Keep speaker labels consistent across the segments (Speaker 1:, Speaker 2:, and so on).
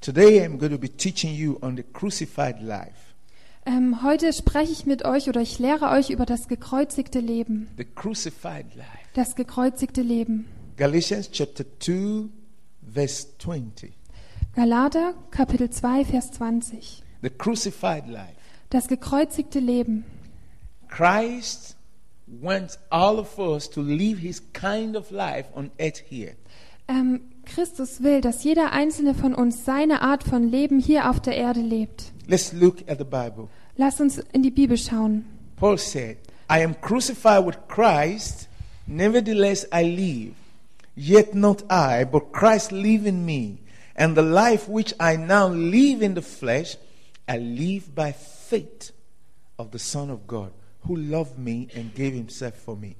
Speaker 1: Today I'm going to be teaching you on the crucified life.
Speaker 2: Ähm, heute spreche ich mit euch oder ich lehre euch über das gekreuzigte Leben.
Speaker 1: The crucified life.
Speaker 2: Das gekreuzigte Leben.
Speaker 1: Galatians chapter 2, verse 20.
Speaker 2: Galater, Kapitel 2, Vers 20.
Speaker 1: The crucified life.
Speaker 2: Das gekreuzigte Leben.
Speaker 1: Christ wants all of us to live his kind of life on earth here.
Speaker 2: Ähm, Christus will, dass jeder einzelne von uns seine Art von Leben hier auf der Erde lebt.
Speaker 1: Let's look at the Bible.
Speaker 2: Lass uns in die Bibel schauen.
Speaker 1: Paul said, I am crucified with Christ, nevertheless I live. Yet not I, but Christ live in me. And the life which I now live in the flesh, I live by faith of the Son of God, who loved me and gave himself for me.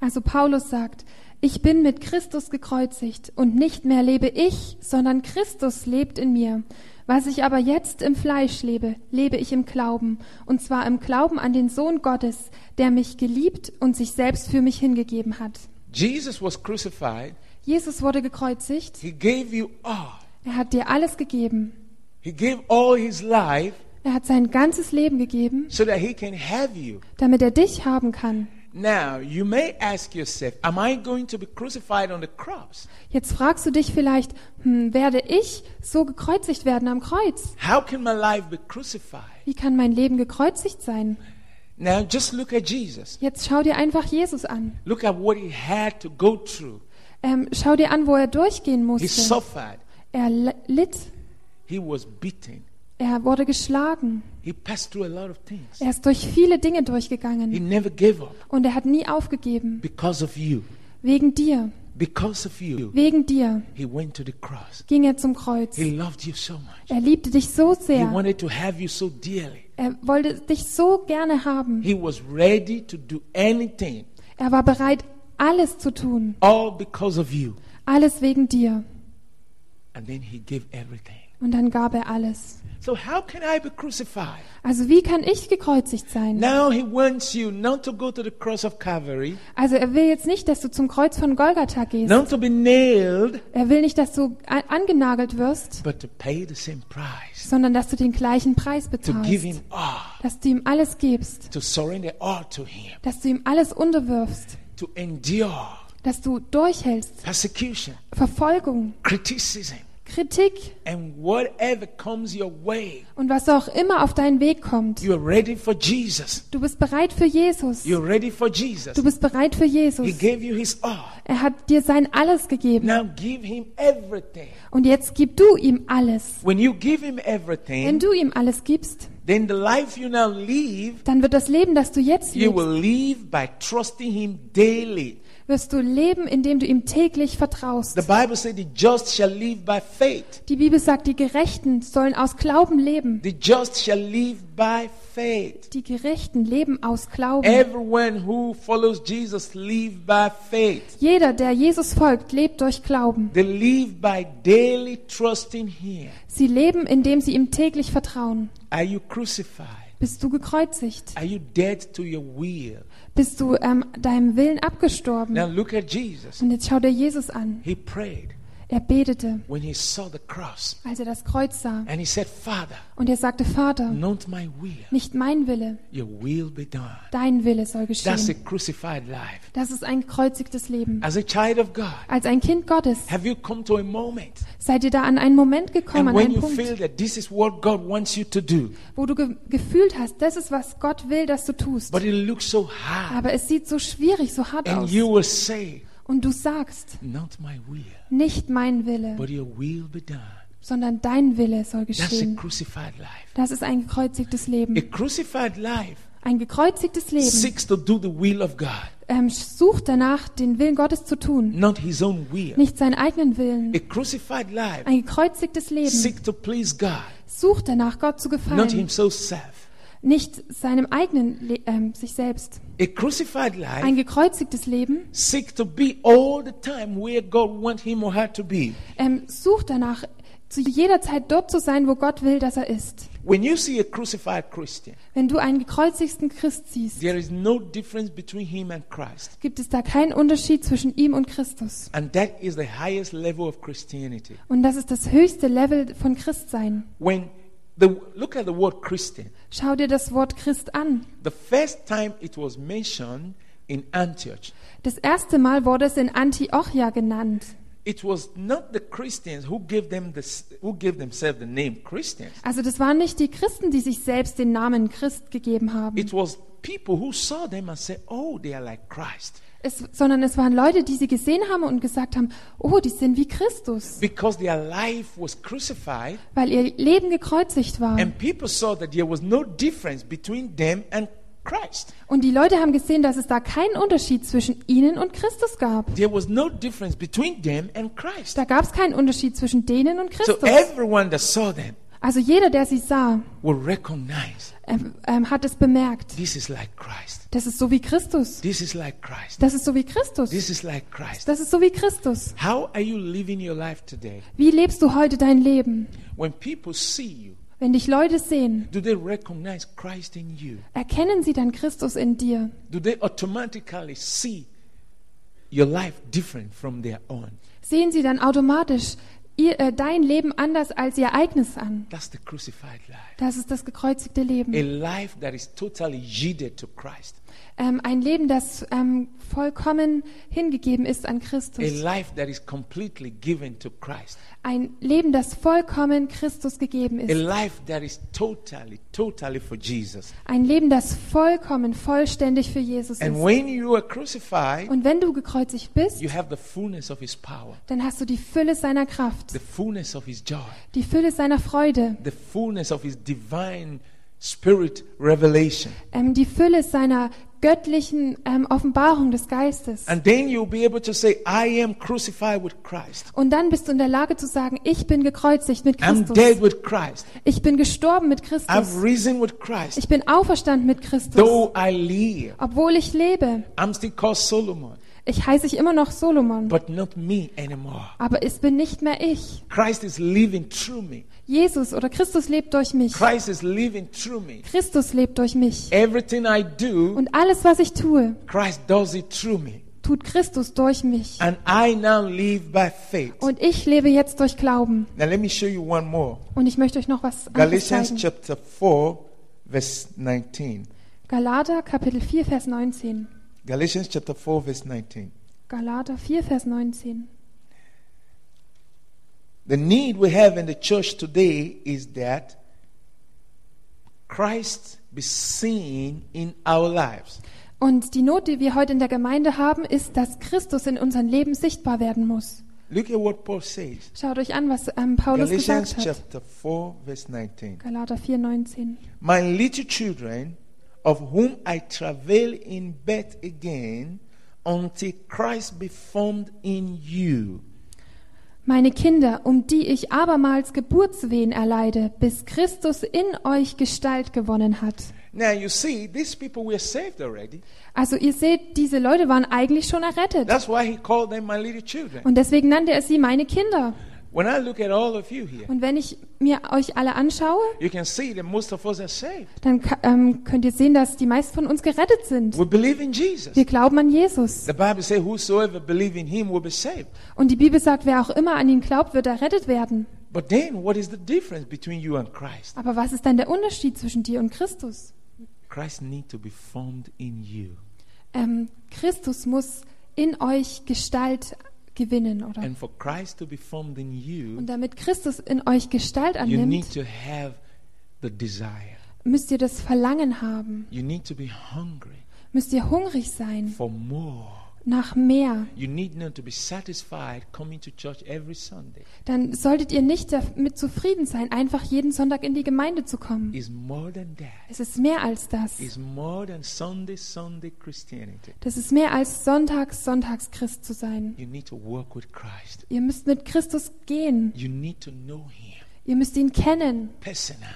Speaker 2: Also Paulus sagt, ich bin mit Christus gekreuzigt und nicht mehr lebe ich, sondern Christus lebt in mir. Was ich aber jetzt im Fleisch lebe, lebe ich im Glauben, und zwar im Glauben an den Sohn Gottes, der mich geliebt und sich selbst für mich hingegeben hat.
Speaker 1: Jesus was crucified.
Speaker 2: Jesus wurde gekreuzigt,
Speaker 1: He gave you all.
Speaker 2: er hat dir alles gegeben,
Speaker 1: He gave all his life
Speaker 2: er hat sein ganzes Leben gegeben,
Speaker 1: so that he can have you.
Speaker 2: damit er dich haben kann.
Speaker 1: Now, you may ask yourself, am I going to be crucified on the cross?
Speaker 2: Jetzt fragst du dich vielleicht, hm, werde ich so gekreuzigt werden am Kreuz?
Speaker 1: How can my life be crucified?
Speaker 2: Wie kann mein Leben gekreuzigt sein?
Speaker 1: Now, just look at Jesus.
Speaker 2: Jetzt schau dir einfach Jesus an.
Speaker 1: Look at what he had to go through.
Speaker 2: Ähm, schau dir an, wo er durchgehen
Speaker 1: He
Speaker 2: musste.
Speaker 1: suffered.
Speaker 2: Er li- litt,
Speaker 1: He was beaten.
Speaker 2: er wurde geschlagen,
Speaker 1: He passed through a lot of things.
Speaker 2: er ist durch viele Dinge
Speaker 1: He
Speaker 2: durchgegangen
Speaker 1: never gave up
Speaker 2: und er hat nie aufgegeben.
Speaker 1: because of you.
Speaker 2: Wegen dir,
Speaker 1: Because of you,
Speaker 2: wegen dir
Speaker 1: he went to the cross.
Speaker 2: ging er zum Kreuz.
Speaker 1: He loved you so much.
Speaker 2: Er liebte dich so
Speaker 1: He
Speaker 2: sehr,
Speaker 1: wanted to have you so dearly.
Speaker 2: er wollte dich so gerne haben.
Speaker 1: He was ready to do anything,
Speaker 2: Er war bereit, alles zu tun,
Speaker 1: all because of you.
Speaker 2: alles wegen dir.
Speaker 1: And then he gave everything.
Speaker 2: Und dann gab er alles.
Speaker 1: So, how can I be crucified?
Speaker 2: Also wie kann ich gekreuzigt sein?
Speaker 1: Now he wants you not to go to the cross of Calvary,
Speaker 2: Also er will jetzt nicht, dass du zum Kreuz von Golgatha gehst.
Speaker 1: not to be nailed,
Speaker 2: Er will nicht, dass du a- angenagelt wirst,
Speaker 1: but to pay the same price.
Speaker 2: sondern dass du den gleichen Preis
Speaker 1: To give
Speaker 2: bezahlst.
Speaker 1: him all,
Speaker 2: Dass du ihm alles gibst,
Speaker 1: to surrender all to him,
Speaker 2: dass du ihm alles unterwirfst,
Speaker 1: to endure
Speaker 2: dass du durchhältst,
Speaker 1: persecution,
Speaker 2: Verfolgung,
Speaker 1: criticism,
Speaker 2: Kritik
Speaker 1: and whatever comes your way.
Speaker 2: und was auch immer auf deinen Weg kommt.
Speaker 1: You're ready for Jesus.
Speaker 2: Du bist bereit für Jesus.
Speaker 1: You're
Speaker 2: Du
Speaker 1: ready for Jesus.
Speaker 2: bist bereit für
Speaker 1: He
Speaker 2: Jesus.
Speaker 1: gave you his all.
Speaker 2: Er hat dir sein Alles gegeben.
Speaker 1: Now give him everything.
Speaker 2: Und jetzt gib du ihm alles.
Speaker 1: When you give him
Speaker 2: Wenn
Speaker 1: everything,
Speaker 2: du ihm alles gibst,
Speaker 1: then the life you now live,
Speaker 2: dann wird das Leben, das du jetzt
Speaker 1: you
Speaker 2: lebst,
Speaker 1: will live by trusting him daily.
Speaker 2: wirst du leben, indem du ihm täglich vertraust.
Speaker 1: The Bible said the just shall live by faith.
Speaker 2: Die Bibel sagt, die Gerechten sollen aus Glauben leben.
Speaker 1: The just shall live by faith.
Speaker 2: Die Gerechten leben aus Glauben.
Speaker 1: Everyone who follows Jesus live by faith.
Speaker 2: Jeder, der Jesus folgt, lebt durch Glauben.
Speaker 1: They live by daily trusting him.
Speaker 2: Sie leben, indem sie ihm täglich vertrauen.
Speaker 1: Are you crucified?
Speaker 2: Bist du gekreuzigt?
Speaker 1: Are you dead to your will?
Speaker 2: Bist du ähm, deinem Willen abgestorben?
Speaker 1: Now look at Jesus.
Speaker 2: Und jetzt schau dir Jesus an.
Speaker 1: He prayed
Speaker 2: Er betete,
Speaker 1: when he saw the cross
Speaker 2: als er das Kreuz sah.
Speaker 1: and he said, Father,
Speaker 2: Und er sagte, Vater,
Speaker 1: not my will,
Speaker 2: nicht mein Wille,
Speaker 1: your will be done.
Speaker 2: dein Wille soll
Speaker 1: That's a
Speaker 2: geschehen.
Speaker 1: crucified life.
Speaker 2: Das ist ein gekreuzigtes Leben.
Speaker 1: As a child of God,
Speaker 2: Als ein Kind Gottes
Speaker 1: have you come to a moment
Speaker 2: seid ihr da an einen Moment
Speaker 1: and
Speaker 2: gekommen, an
Speaker 1: when
Speaker 2: einen
Speaker 1: you
Speaker 2: Punkt,
Speaker 1: feel that this is what God wants you to do,
Speaker 2: wo du ge gefühlt hast, das ist, was Gott will, dass du tust.
Speaker 1: but it looks so hard,
Speaker 2: Aber es sieht so schwierig, so hart
Speaker 1: and
Speaker 2: aus.
Speaker 1: you will say,
Speaker 2: Und du sagst,
Speaker 1: Not my will,
Speaker 2: nicht mein Wille,
Speaker 1: but your will be done.
Speaker 2: sondern dein Wille soll
Speaker 1: That's a
Speaker 2: geschehen.
Speaker 1: crucified life.
Speaker 2: Das ist ein gekreuzigtes
Speaker 1: A
Speaker 2: Leben.
Speaker 1: crucified life
Speaker 2: Ein gekreuzigtes Leben
Speaker 1: seeks to do the will of God,
Speaker 2: ähm, sucht danach, den Willen Gottes zu tun,
Speaker 1: not his own will.
Speaker 2: nicht seinen eigenen
Speaker 1: A
Speaker 2: Willen.
Speaker 1: crucified life
Speaker 2: Ein gekreuzigtes Leben
Speaker 1: seeks to please God,
Speaker 2: sucht danach, Gott zu
Speaker 1: not
Speaker 2: gefallen,
Speaker 1: himself.
Speaker 2: nicht seinem eigenen, Le ähm, sich selbst.
Speaker 1: A crucified life
Speaker 2: Ein gekreuzigtes Leben
Speaker 1: seeks to be all the time where God wants him or her to be.
Speaker 2: ähm, sucht danach, zu jeder Zeit dort zu sein, wo Gott will, dass er ist.
Speaker 1: When you see a crucified Christian,
Speaker 2: Wenn du einen gekreuzigten Christ siehst,
Speaker 1: there is no difference between him and Christ.
Speaker 2: gibt es da keinen Unterschied zwischen ihm und Christus.
Speaker 1: And that is the highest level of Christianity.
Speaker 2: Und das ist das höchste Level von Christsein.
Speaker 1: When the look at the word Christian,
Speaker 2: Schau dir das Wort Christ an.
Speaker 1: the first time it was mentioned in Antioch,
Speaker 2: Das erste Mal wurde es in Antiochia genannt.
Speaker 1: it was not the Christians who gave them this, who gave themselves the name Christians.
Speaker 2: Also das waren nicht die Christen, die sich selbst den Namen Christ gegeben haben,
Speaker 1: It was people who saw them and said, "Oh, they are like Christ,"
Speaker 2: es, sondern es waren Leute, die sie gesehen haben und gesagt haben, oh, die sind wie Christus,
Speaker 1: because their life was crucified,
Speaker 2: weil ihr Leben gekreuzigt war.
Speaker 1: and people saw that there was no difference between them and Christ.
Speaker 2: Und die Leute haben gesehen, dass es da keinen Unterschied zwischen ihnen und Christus gab.
Speaker 1: There was no difference between them and Christ.
Speaker 2: Da gab es keinen Unterschied zwischen denen und
Speaker 1: So
Speaker 2: Christus.
Speaker 1: everyone that saw them
Speaker 2: Also jeder, der sie sah,
Speaker 1: will recognize
Speaker 2: ähm, ähm, hat es bemerkt.
Speaker 1: this is like Christ.
Speaker 2: Das ist so wie Christus.
Speaker 1: This is like Christ.
Speaker 2: Das ist so wie Christus.
Speaker 1: This is like Christ.
Speaker 2: Das ist so wie Christus.
Speaker 1: How are you living your life today?
Speaker 2: Wie lebst du heute dein Leben?
Speaker 1: When people see you,
Speaker 2: Wenn dich Leute sehen,
Speaker 1: do they recognize Christ in you?
Speaker 2: erkennen sie dann Christus in dir?
Speaker 1: Do they automatically see your life different from their own?
Speaker 2: Sehen sie dann automatisch ihr, äh, dein Leben anders als ihr eigenes an?
Speaker 1: That's the crucified life.
Speaker 2: Das ist das gekreuzigte
Speaker 1: A
Speaker 2: Leben.
Speaker 1: life that is totally yielded to Christ.
Speaker 2: Ähm, ein Leben, das ähm, vollkommen hingegeben ist an
Speaker 1: A
Speaker 2: Christus.
Speaker 1: life that is completely given to Christ.
Speaker 2: Ein Leben, das vollkommen Christus gegeben
Speaker 1: A
Speaker 2: ist.
Speaker 1: life that is totally, totally for Jesus.
Speaker 2: Ein Leben, das vollkommen, vollständig für Jesus
Speaker 1: And
Speaker 2: ist.
Speaker 1: when you are crucified,
Speaker 2: Und wenn du gekreuzigt bist,
Speaker 1: you have the fullness of His power,
Speaker 2: dann hast du die Fülle seiner
Speaker 1: the
Speaker 2: Kraft,
Speaker 1: fullness of His joy,
Speaker 2: die Fülle seiner Freude,
Speaker 1: the fullness of His divine spirit revelation.
Speaker 2: ähm, die Fülle seiner göttlichen ähm, Offenbarung des Geistes.
Speaker 1: And then you'll be able to say, I am crucified with Christ.
Speaker 2: Und dann bist du in der Lage zu sagen, ich bin gekreuzigt mit
Speaker 1: I'm dead
Speaker 2: Christus.
Speaker 1: with Christ.
Speaker 2: Ich bin gestorben mit
Speaker 1: I've
Speaker 2: Christus.
Speaker 1: risen with Christ.
Speaker 2: Ich bin auferstanden mit Christus.
Speaker 1: Though I live,
Speaker 2: Obwohl ich lebe,
Speaker 1: I'm still called Solomon,
Speaker 2: ich heiße ich immer noch Solomon,
Speaker 1: but not me anymore.
Speaker 2: aber es bin nicht mehr ich.
Speaker 1: Christ is living through me.
Speaker 2: Jesus oder Christus lebt durch mich.
Speaker 1: Christ is living through me.
Speaker 2: Christus lebt durch mich.
Speaker 1: Everything I do,
Speaker 2: Und alles, was ich tue,
Speaker 1: Christ does it through me.
Speaker 2: tut Christus durch mich.
Speaker 1: And I now live by faith.
Speaker 2: Und ich lebe jetzt durch Glauben.
Speaker 1: Now let me show you one more.
Speaker 2: Und ich möchte euch noch was anderes
Speaker 1: Galatians
Speaker 2: zeigen.
Speaker 1: chapter 4 verse 19.
Speaker 2: Galater Kapitel 4 Vers 19.
Speaker 1: Galatians chapter 4 verse 19.
Speaker 2: Galater 4 Vers 19.
Speaker 1: The need we have in the church today is that Christ be seen in our lives.
Speaker 2: Und die Not, die wir heute in der Gemeinde haben, ist, dass Christus in unserem Leben sichtbar werden muss.
Speaker 1: Look at what Paul says.
Speaker 2: Schaut euch an, was ähm, Paulus
Speaker 1: Galatians
Speaker 2: gesagt hat.
Speaker 1: chapter 4 verse 19.
Speaker 2: Galater 4 19.
Speaker 1: My little children, of whom I travail in birth again until Christ be formed in you.
Speaker 2: Meine Kinder, um die ich abermals Geburtswehen erleide, bis Christus in euch Gestalt gewonnen hat.
Speaker 1: Now you see, these people were saved already.
Speaker 2: Also ihr seht, diese Leute waren eigentlich schon errettet.
Speaker 1: That's why he called them my little children.
Speaker 2: Und deswegen nannte er sie meine Kinder.
Speaker 1: When I look at all of you here,
Speaker 2: Und wenn ich mir euch alle anschaue,
Speaker 1: you can see that most of us are saved.
Speaker 2: dann ka- ähm, könnt ihr sehen, dass die meisten von uns gerettet sind.
Speaker 1: We believe in Jesus.
Speaker 2: Wir glauben an Jesus.
Speaker 1: The Bible says, Whosoever believe in him will be saved.
Speaker 2: Und die Bibel sagt, wer auch immer an ihn glaubt, wird errettet werden.
Speaker 1: But then, what is the difference between you and Christ?
Speaker 2: Aber was ist dann der Unterschied zwischen dir und Christus?
Speaker 1: Christ needs to be formed in you.
Speaker 2: Ähm, Christus muss in euch Gestalt gewinnen, oder?
Speaker 1: And for Christ to be formed in you,
Speaker 2: Und damit Christus in euch Gestalt
Speaker 1: you need
Speaker 2: annimmt,
Speaker 1: to have the desire.
Speaker 2: müsst ihr das Verlangen haben.
Speaker 1: You need to be hungry
Speaker 2: Müsst ihr hungrig sein
Speaker 1: for more.
Speaker 2: nach mehr.
Speaker 1: You need not to be satisfied coming to church every Sunday.
Speaker 2: Dann solltet ihr nicht damit zufrieden sein, einfach jeden Sonntag in die Gemeinde zu kommen.
Speaker 1: It's more than that.
Speaker 2: Es ist mehr als das.
Speaker 1: It's more than Sunday, Sunday Christianity.
Speaker 2: Das ist mehr als sonntags sonntags Christ zu sein.
Speaker 1: You need to walk with Christ.
Speaker 2: Ihr müsst mit Christus gehen.
Speaker 1: You need to know Him
Speaker 2: Ihr müsst ihn kennen,
Speaker 1: personally.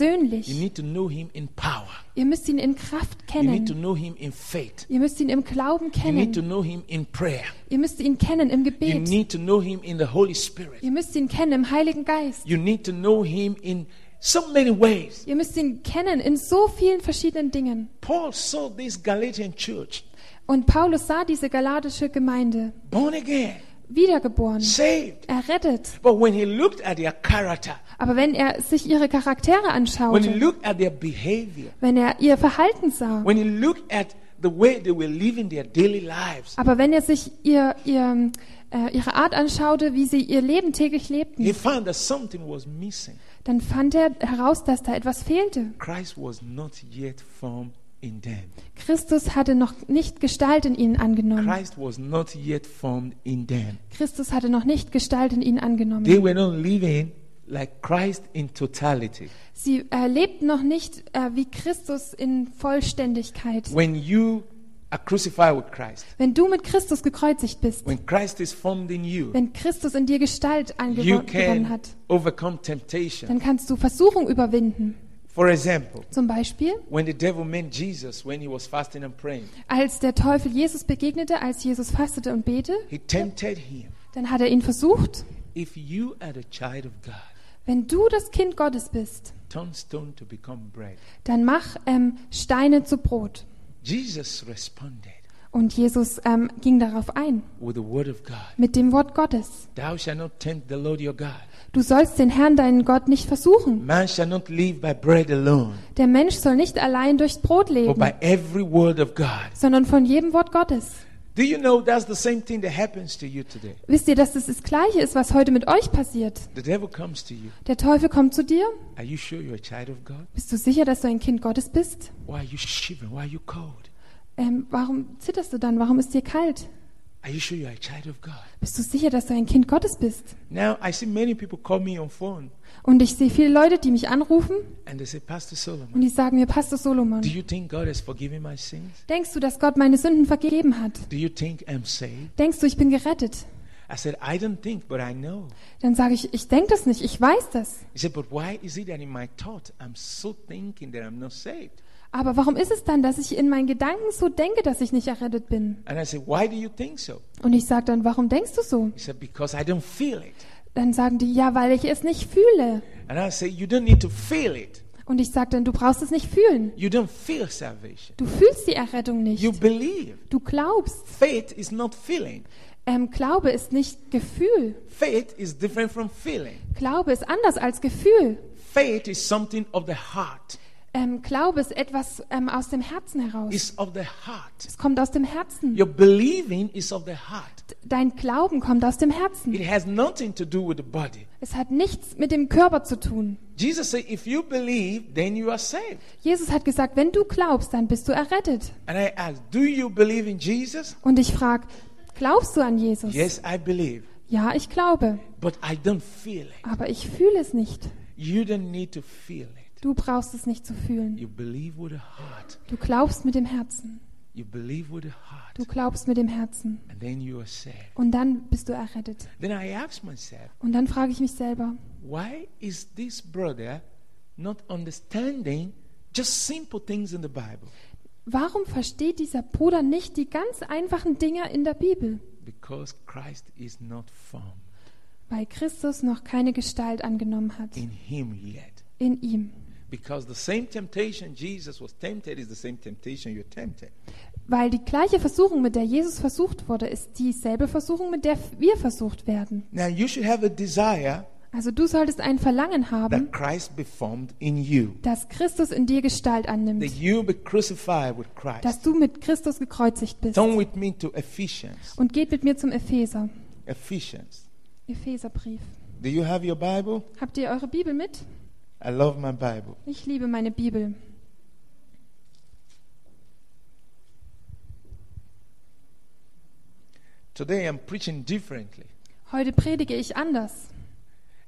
Speaker 1: You
Speaker 2: persönlich.
Speaker 1: need to know Him in power.
Speaker 2: Ihr müsst ihn in Kraft
Speaker 1: You need to
Speaker 2: kennen.
Speaker 1: know Him in faith.
Speaker 2: Ihr müsst ihn im Glauben
Speaker 1: You need to
Speaker 2: kennen.
Speaker 1: know Him in prayer.
Speaker 2: Ihr müsst ihn kennen im
Speaker 1: You
Speaker 2: Gebet.
Speaker 1: need to know Him in the Holy Spirit.
Speaker 2: Ihr müsst ihn kennen im Heiligen Geist.
Speaker 1: You need to know Him in so many ways.
Speaker 2: Ihr müsst ihn kennen in so vielen verschiedenen Dingen.
Speaker 1: Paul saw this Galatian church
Speaker 2: Und Paulus sah diese galatische Gemeinde
Speaker 1: born again,
Speaker 2: wiedergeboren,
Speaker 1: saved.
Speaker 2: errettet.
Speaker 1: But when he looked at their character,
Speaker 2: Aber wenn er sich ihre Charaktere
Speaker 1: when he
Speaker 2: anschaute,
Speaker 1: looked at their behavior,
Speaker 2: wenn er ihr Verhalten sah,
Speaker 1: when he looked at the way they were living their daily lives,
Speaker 2: aber wenn er sich ihr, ihr, äh, ihre Art anschaute, wie sie ihr Leben täglich
Speaker 1: he
Speaker 2: lebten,
Speaker 1: found that something was missing.
Speaker 2: dann fand er heraus, dass da etwas fehlte.
Speaker 1: Christ was not yet formed in them.
Speaker 2: Christus hatte noch nicht Gestalt in ihnen angenommen.
Speaker 1: Christ was not yet formed in them.
Speaker 2: Christus hatte noch nicht Gestalt in ihnen angenommen.
Speaker 1: They were not living like Christ in totality.
Speaker 2: Sie äh, lebten noch nicht äh, wie Christus in Vollständigkeit.
Speaker 1: When you are crucified with Christ,
Speaker 2: Wenn du mit Christus gekreuzigt bist,
Speaker 1: when Christ is formed in you,
Speaker 2: wenn Christus in dir Gestalt
Speaker 1: you
Speaker 2: angenommen
Speaker 1: can
Speaker 2: hat,
Speaker 1: overcome
Speaker 2: dann
Speaker 1: temptation.
Speaker 2: kannst du Versuchung überwinden.
Speaker 1: For example,
Speaker 2: Zum Beispiel,
Speaker 1: when the devil met Jesus when he was fasting and praying,
Speaker 2: als der Teufel Jesus begegnete, als Jesus fastete und bete,
Speaker 1: he tempted him.
Speaker 2: dann hat er ihn versucht.
Speaker 1: If you are the child of God,
Speaker 2: Wenn du das Kind Gottes bist,
Speaker 1: turn stone to become bread.
Speaker 2: dann mach ähm, Steine zu Brot.
Speaker 1: Jesus responded
Speaker 2: Und Jesus ähm, ging darauf ein
Speaker 1: with the word of God
Speaker 2: mit dem Wort Gottes.
Speaker 1: Thou shalt not tempt the Lord your God.
Speaker 2: Du sollst den Herrn, deinen Gott, nicht versuchen.
Speaker 1: Man shall not live by bread alone,
Speaker 2: Der Mensch soll nicht allein durch Brot
Speaker 1: but
Speaker 2: leben,
Speaker 1: by every word of God.
Speaker 2: sondern von jedem Wort Gottes.
Speaker 1: Do you know that's the same thing that happens to you today?
Speaker 2: Wisst ihr, dass das das Gleiche ist, was heute mit euch passiert?
Speaker 1: The devil comes to you.
Speaker 2: Der Teufel kommt zu dir.
Speaker 1: Are you sure you're a child of God?
Speaker 2: Bist du sicher, dass du ein Kind Gottes bist?
Speaker 1: Why are you shivering? Why are you cold?
Speaker 2: Ähm, warum zitterst du dann? Warum ist dir kalt?
Speaker 1: Are you sure you're a child of God?
Speaker 2: Bist du sicher, dass du ein Kind Gottes bist?
Speaker 1: Now, I see many people call me on phone
Speaker 2: Und ich sehe viele Leute, die mich anrufen
Speaker 1: and they say, Pastor Solomon,
Speaker 2: und die sagen mir, Pastor
Speaker 1: do
Speaker 2: Solomon,
Speaker 1: you think God has forgiven my sins?
Speaker 2: denkst du, dass Gott meine Sünden vergeben hat?
Speaker 1: Do you think I'm saved?
Speaker 2: Denkst du, ich bin gerettet?
Speaker 1: I said, I don't think, but I know.
Speaker 2: Dann sage ich, ich denke das nicht, ich weiß das.
Speaker 1: He said, but why is it that in my thought I'm so thinking that I'm not saved?
Speaker 2: Aber warum ist es dann, dass ich in meinen Gedanken so denke, dass ich nicht errettet bin?
Speaker 1: And I said, why do you think so?
Speaker 2: Und ich sage dann, warum denkst du so?
Speaker 1: He said, because I don't feel it.
Speaker 2: Dann sagen die, ja, weil ich es nicht fühle.
Speaker 1: And I said, you don't need to feel it.
Speaker 2: Und ich sage dann, du brauchst es nicht fühlen.
Speaker 1: You don't feel salvation.
Speaker 2: Du fühlst die Errettung nicht.
Speaker 1: You believe.
Speaker 2: Du glaubst.
Speaker 1: Faith is not feeling.
Speaker 2: Ähm, Glaube ist nicht Gefühl.
Speaker 1: Faith is different from feeling.
Speaker 2: Glaube ist anders als Gefühl.
Speaker 1: Faith is something of the heart.
Speaker 2: Ähm, Glaube ist etwas ähm, aus dem Herzen heraus.
Speaker 1: It's of the heart.
Speaker 2: Es kommt aus dem Herzen.
Speaker 1: Your believing is of the heart.
Speaker 2: Dein Glauben kommt aus dem
Speaker 1: It
Speaker 2: Herzen.
Speaker 1: has nothing to do with the body.
Speaker 2: Es hat nichts mit dem Körper zu tun.
Speaker 1: Jesus said, if you believe, then you are saved.
Speaker 2: Jesus hat gesagt, wenn du glaubst, dann bist du errettet.
Speaker 1: And I asked, do you believe in Jesus?
Speaker 2: Und ich frage, glaubst du an Jesus?
Speaker 1: Yes, I believe.
Speaker 2: Ja, ich glaube.
Speaker 1: But I don't feel it.
Speaker 2: Aber ich fühle es nicht.
Speaker 1: You don't need to feel it.
Speaker 2: Du brauchst es nicht zu fühlen.
Speaker 1: You believe with the heart.
Speaker 2: Du glaubst mit dem Herzen.
Speaker 1: You believe with the heart.
Speaker 2: Du glaubst mit dem Herzen.
Speaker 1: And then you are saved.
Speaker 2: Und dann bist du errettet.
Speaker 1: Then I asked myself,
Speaker 2: Und dann frage ich mich selber,
Speaker 1: why is this brother not understanding just simple things in the Bible?
Speaker 2: warum versteht dieser Bruder nicht die ganz einfachen Dinge in der Bibel?
Speaker 1: Because Christ is not formed
Speaker 2: Weil Christus noch keine Gestalt angenommen hat
Speaker 1: in him yet.
Speaker 2: in ihm.
Speaker 1: Because the same temptation Jesus was tempted is the same temptation you're tempted.
Speaker 2: Weil die gleiche Versuchung, mit der Jesus versucht wurde, ist dieselbe Versuchung, mit der wir versucht werden.
Speaker 1: Now you should have a desire
Speaker 2: Also du solltest ein Verlangen haben,
Speaker 1: that Christ be formed in you,
Speaker 2: dass Christus in dir Gestalt
Speaker 1: that
Speaker 2: annimmt,
Speaker 1: you be crucified with Christ.
Speaker 2: dass du mit Christus gekreuzigt bist.
Speaker 1: Turn with me to Ephesians.
Speaker 2: Und geht mit mir zum Epheser.
Speaker 1: Ephesians.
Speaker 2: Epheserbrief.
Speaker 1: Do you have your Bible?
Speaker 2: Habt ihr eure Bibel mit?
Speaker 1: I love my Bible.
Speaker 2: Ich liebe meine Bibel.
Speaker 1: Today I'm preaching differently.
Speaker 2: Heute predige ich anders.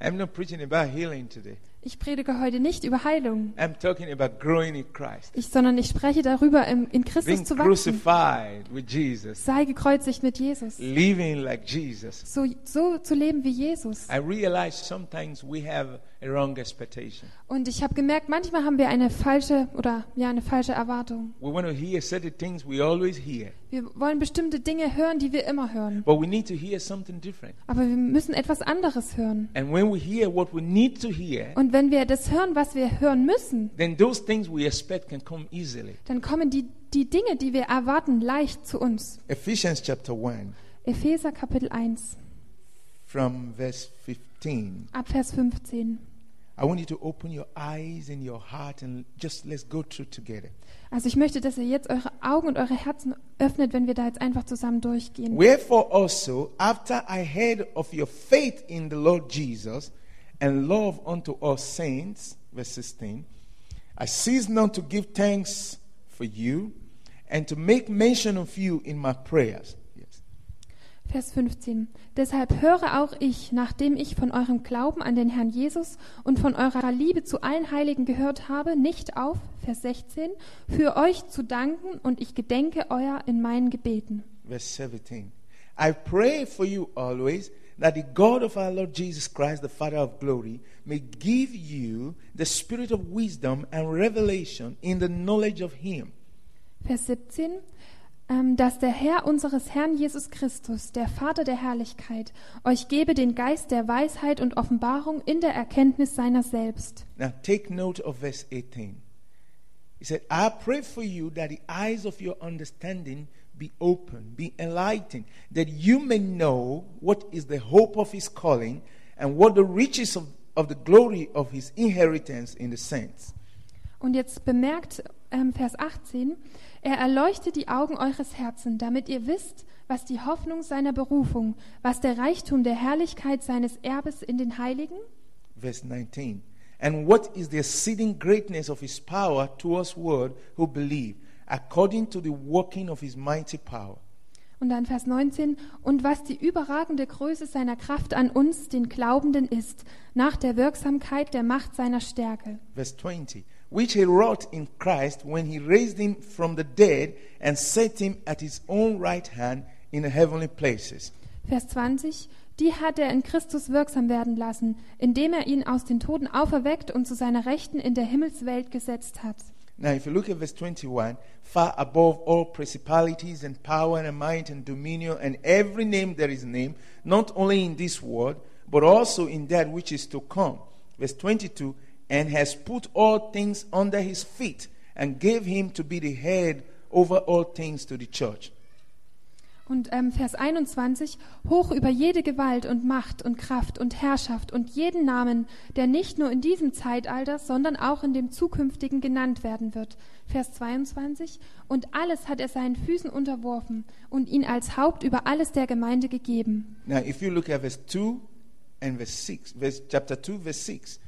Speaker 1: I'm not preaching about healing today.
Speaker 2: Ich predige heute nicht über Heilung,
Speaker 1: I'm talking about growing in Christ.
Speaker 2: ich, sondern ich spreche darüber, im- in Christus
Speaker 1: Being
Speaker 2: zu wachsen.
Speaker 1: crucified with Jesus,
Speaker 2: Sei gekreuzigt mit Jesus.
Speaker 1: living like Jesus.
Speaker 2: So, so zu leben wie Jesus.
Speaker 1: I realize sometimes we have a wrong expectation.
Speaker 2: Und ich habe gemerkt, manchmal haben wir eine falsche oder ja eine falsche Erwartung.
Speaker 1: We want to hear certain things we always hear,
Speaker 2: Wir wollen bestimmte Dinge hören, die wir immer hören.
Speaker 1: but we need to hear something different.
Speaker 2: Aber wir müssen etwas anderes hören.
Speaker 1: And when we hear what we need to hear,
Speaker 2: Und wenn wir das hören, was wir hören müssen,
Speaker 1: then those things we expect can come easily.
Speaker 2: dann kommen die, die Dinge, die wir erwarten, leicht zu uns.
Speaker 1: Ephesians chapter 1,
Speaker 2: Epheser Kapitel 1,
Speaker 1: from verse 15.
Speaker 2: ab Vers 15.
Speaker 1: I want you to open your eyes and your heart and just let's go through together.
Speaker 2: Also ich möchte, dass ihr jetzt eure Augen und eure Herzen öffnet, wenn wir da jetzt einfach zusammen durchgehen.
Speaker 1: Wherefore also, after I heard of your faith in the Lord Jesus and love unto all saints, verse 16, I cease not to give thanks for you and to make mention of you in my prayers. Yes.
Speaker 2: Vers 15. Deshalb höre auch ich, nachdem ich von eurem Glauben an den Herrn Jesus und von eurer Liebe zu allen Heiligen gehört habe, nicht auf, Vers 16, für euch zu danken und ich gedenke euer in meinen Gebeten.
Speaker 1: Verse 17. I pray for you always that the God of our Lord Jesus Christ, the Father of glory, may give you the spirit of wisdom and revelation in the knowledge of Him.
Speaker 2: Vers 17, ähm, dass der Herr unseres Herrn Jesus Christus, der Vater der Herrlichkeit, euch gebe den Geist der Weisheit und Offenbarung in der Erkenntnis seiner selbst.
Speaker 1: Now take note of verse 18. He said, I pray for you that the eyes of your understanding be open, be enlightened, that you may know what is the hope of his calling and what the riches of, of the glory of his inheritance in the saints.
Speaker 2: Und jetzt bemerkt ähm, Vers 18, er erleuchte die Augen eures Herzen, damit ihr wisst, was die Hoffnung seiner Berufung, was der Reichtum der Herrlichkeit seines Erbes in den Heiligen
Speaker 1: Verse 19. And what is the exceeding greatness of his power towards word who believe, according to the working of his mighty power.
Speaker 2: und dann Vers 19 und was die überragende Größe seiner Kraft an uns, den Glaubenden, ist, nach der Wirksamkeit der Macht seiner Stärke.
Speaker 1: verse 20 which he wrought in christ when he raised him from the dead and set him at his own right hand in the heavenly places
Speaker 2: Vers 20 Die hat er in Christus wirksam werden lassen, indem er ihn aus den Toten auferweckt und zu seiner Rechten in der Himmelswelt gesetzt hat.
Speaker 1: now if you look at verse 21 far above all principalities and power and might and dominion and every name there is named not only in this world but also in that which is to come verse 22 and has put all things under his feet and gave him to be the head over all things to the church
Speaker 2: Und ähm, Vers 21, hoch über jede Gewalt und Macht und Kraft und Herrschaft und jeden Namen, der nicht nur in diesem Zeitalter, sondern auch in dem zukünftigen genannt werden wird. Vers 22, und alles hat er seinen Füßen unterworfen und ihn als Haupt über alles der Gemeinde gegeben.
Speaker 1: Now, if you look at verse 2 and verse 6, verse, chapter 2, verse 6,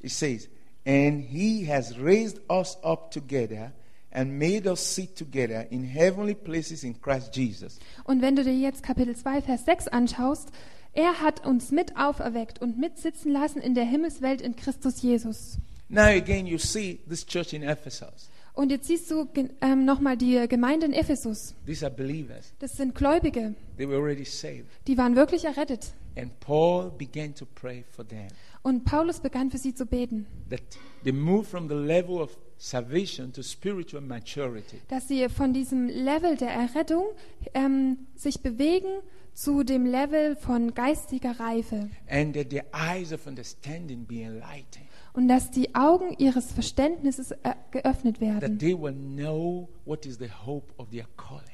Speaker 1: it says, And he has raised us up together and made us sit together in heavenly places in Christ Jesus.
Speaker 2: Und wenn du dir jetzt Kapitel 2, Vers 6 anschaust, er hat uns mit auferweckt und mitsitzen lassen in der Himmelswelt in Christus Jesus.
Speaker 1: Now, again, you see this church in Ephesus.
Speaker 2: Und jetzt siehst du ge- ähm, nochmal die Gemeinde in Ephesus.
Speaker 1: These are believers,
Speaker 2: Das sind Gläubige.
Speaker 1: they were already saved.
Speaker 2: Die waren wirklich errettet.
Speaker 1: And Paul began to pray for them
Speaker 2: Und Paulus begann für sie zu beten,
Speaker 1: that they move from the level of salvation to spiritual maturity.
Speaker 2: dass sie von diesem Level der Errettung ähm, sich bewegen zu dem Level von geistiger Reife
Speaker 1: And that their eyes of understanding be enlightened.
Speaker 2: und dass die Augen ihres Verständnisses äh, geöffnet
Speaker 1: that
Speaker 2: werden,
Speaker 1: they will know what is the hope of their calling,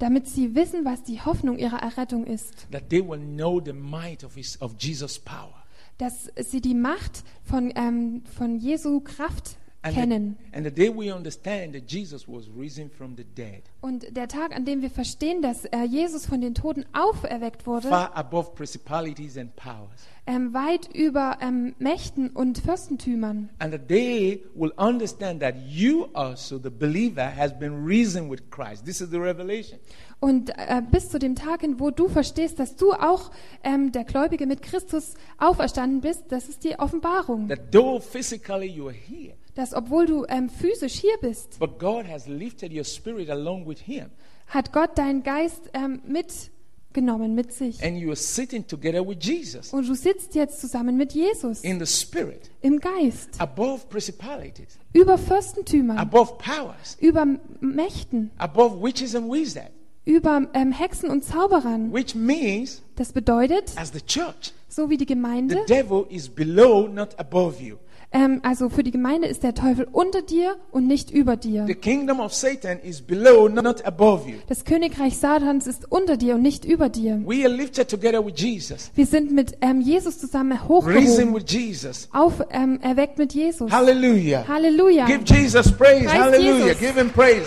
Speaker 2: damit sie wissen, was die Hoffnung ihrer Errettung ist,
Speaker 1: that they will know the might of, his, of Jesus' power.
Speaker 2: dass sie die Macht von, ähm, von Jesu Kraft
Speaker 1: And
Speaker 2: kennen.
Speaker 1: the, and the day we understand that Jesus was risen from the dead,
Speaker 2: Und der Tag, an dem wir verstehen, dass äh, Jesus von den Toten auferweckt wurde,
Speaker 1: far above principalities and powers,
Speaker 2: ähm, weit über ähm, Mächten und Fürstentümern.
Speaker 1: and the day will understand that you also, the believer, has been risen with Christ. This is the revelation.
Speaker 2: Und äh, bis zu dem Tag hin, wo du verstehst, dass du auch ähm, der Gläubige mit Christus auferstanden bist, das ist die Offenbarung.
Speaker 1: That though physically you are here,
Speaker 2: Dass obwohl du ähm, physisch hier bist,
Speaker 1: but God has lifted your spirit along with Him,
Speaker 2: hat Gott deinen Geist ähm, mitgenommen mit sich.
Speaker 1: and you are sitting together with Jesus
Speaker 2: Und du sitzt jetzt zusammen mit Jesus
Speaker 1: in the spirit,
Speaker 2: im Geist,
Speaker 1: above principalities.
Speaker 2: über Fürstentümern,
Speaker 1: above powers,
Speaker 2: über Mächten,
Speaker 1: above witches and wizards,
Speaker 2: über ähm, Hexen und Zauberern.
Speaker 1: which means,
Speaker 2: Das bedeutet,
Speaker 1: as the church,
Speaker 2: so wie die Gemeinde,
Speaker 1: the devil is below, not above you.
Speaker 2: Ähm, also für die Gemeinde ist der Teufel unter dir und nicht über dir.
Speaker 1: The kingdom of Satan is below, not above you.
Speaker 2: Das Königreich Satans ist unter dir und nicht über dir.
Speaker 1: We are lifted together with Jesus,
Speaker 2: Wir sind mit ähm, Jesus zusammen
Speaker 1: Oh. risen
Speaker 2: hochgehoben,
Speaker 1: with Jesus.
Speaker 2: auf, ähm, erweckt mit Jesus.
Speaker 1: Hallelujah.
Speaker 2: Halleluja.
Speaker 1: Give Jesus praise.
Speaker 2: Praise
Speaker 1: Hallelujah.
Speaker 2: Jesus.
Speaker 1: Give him praise.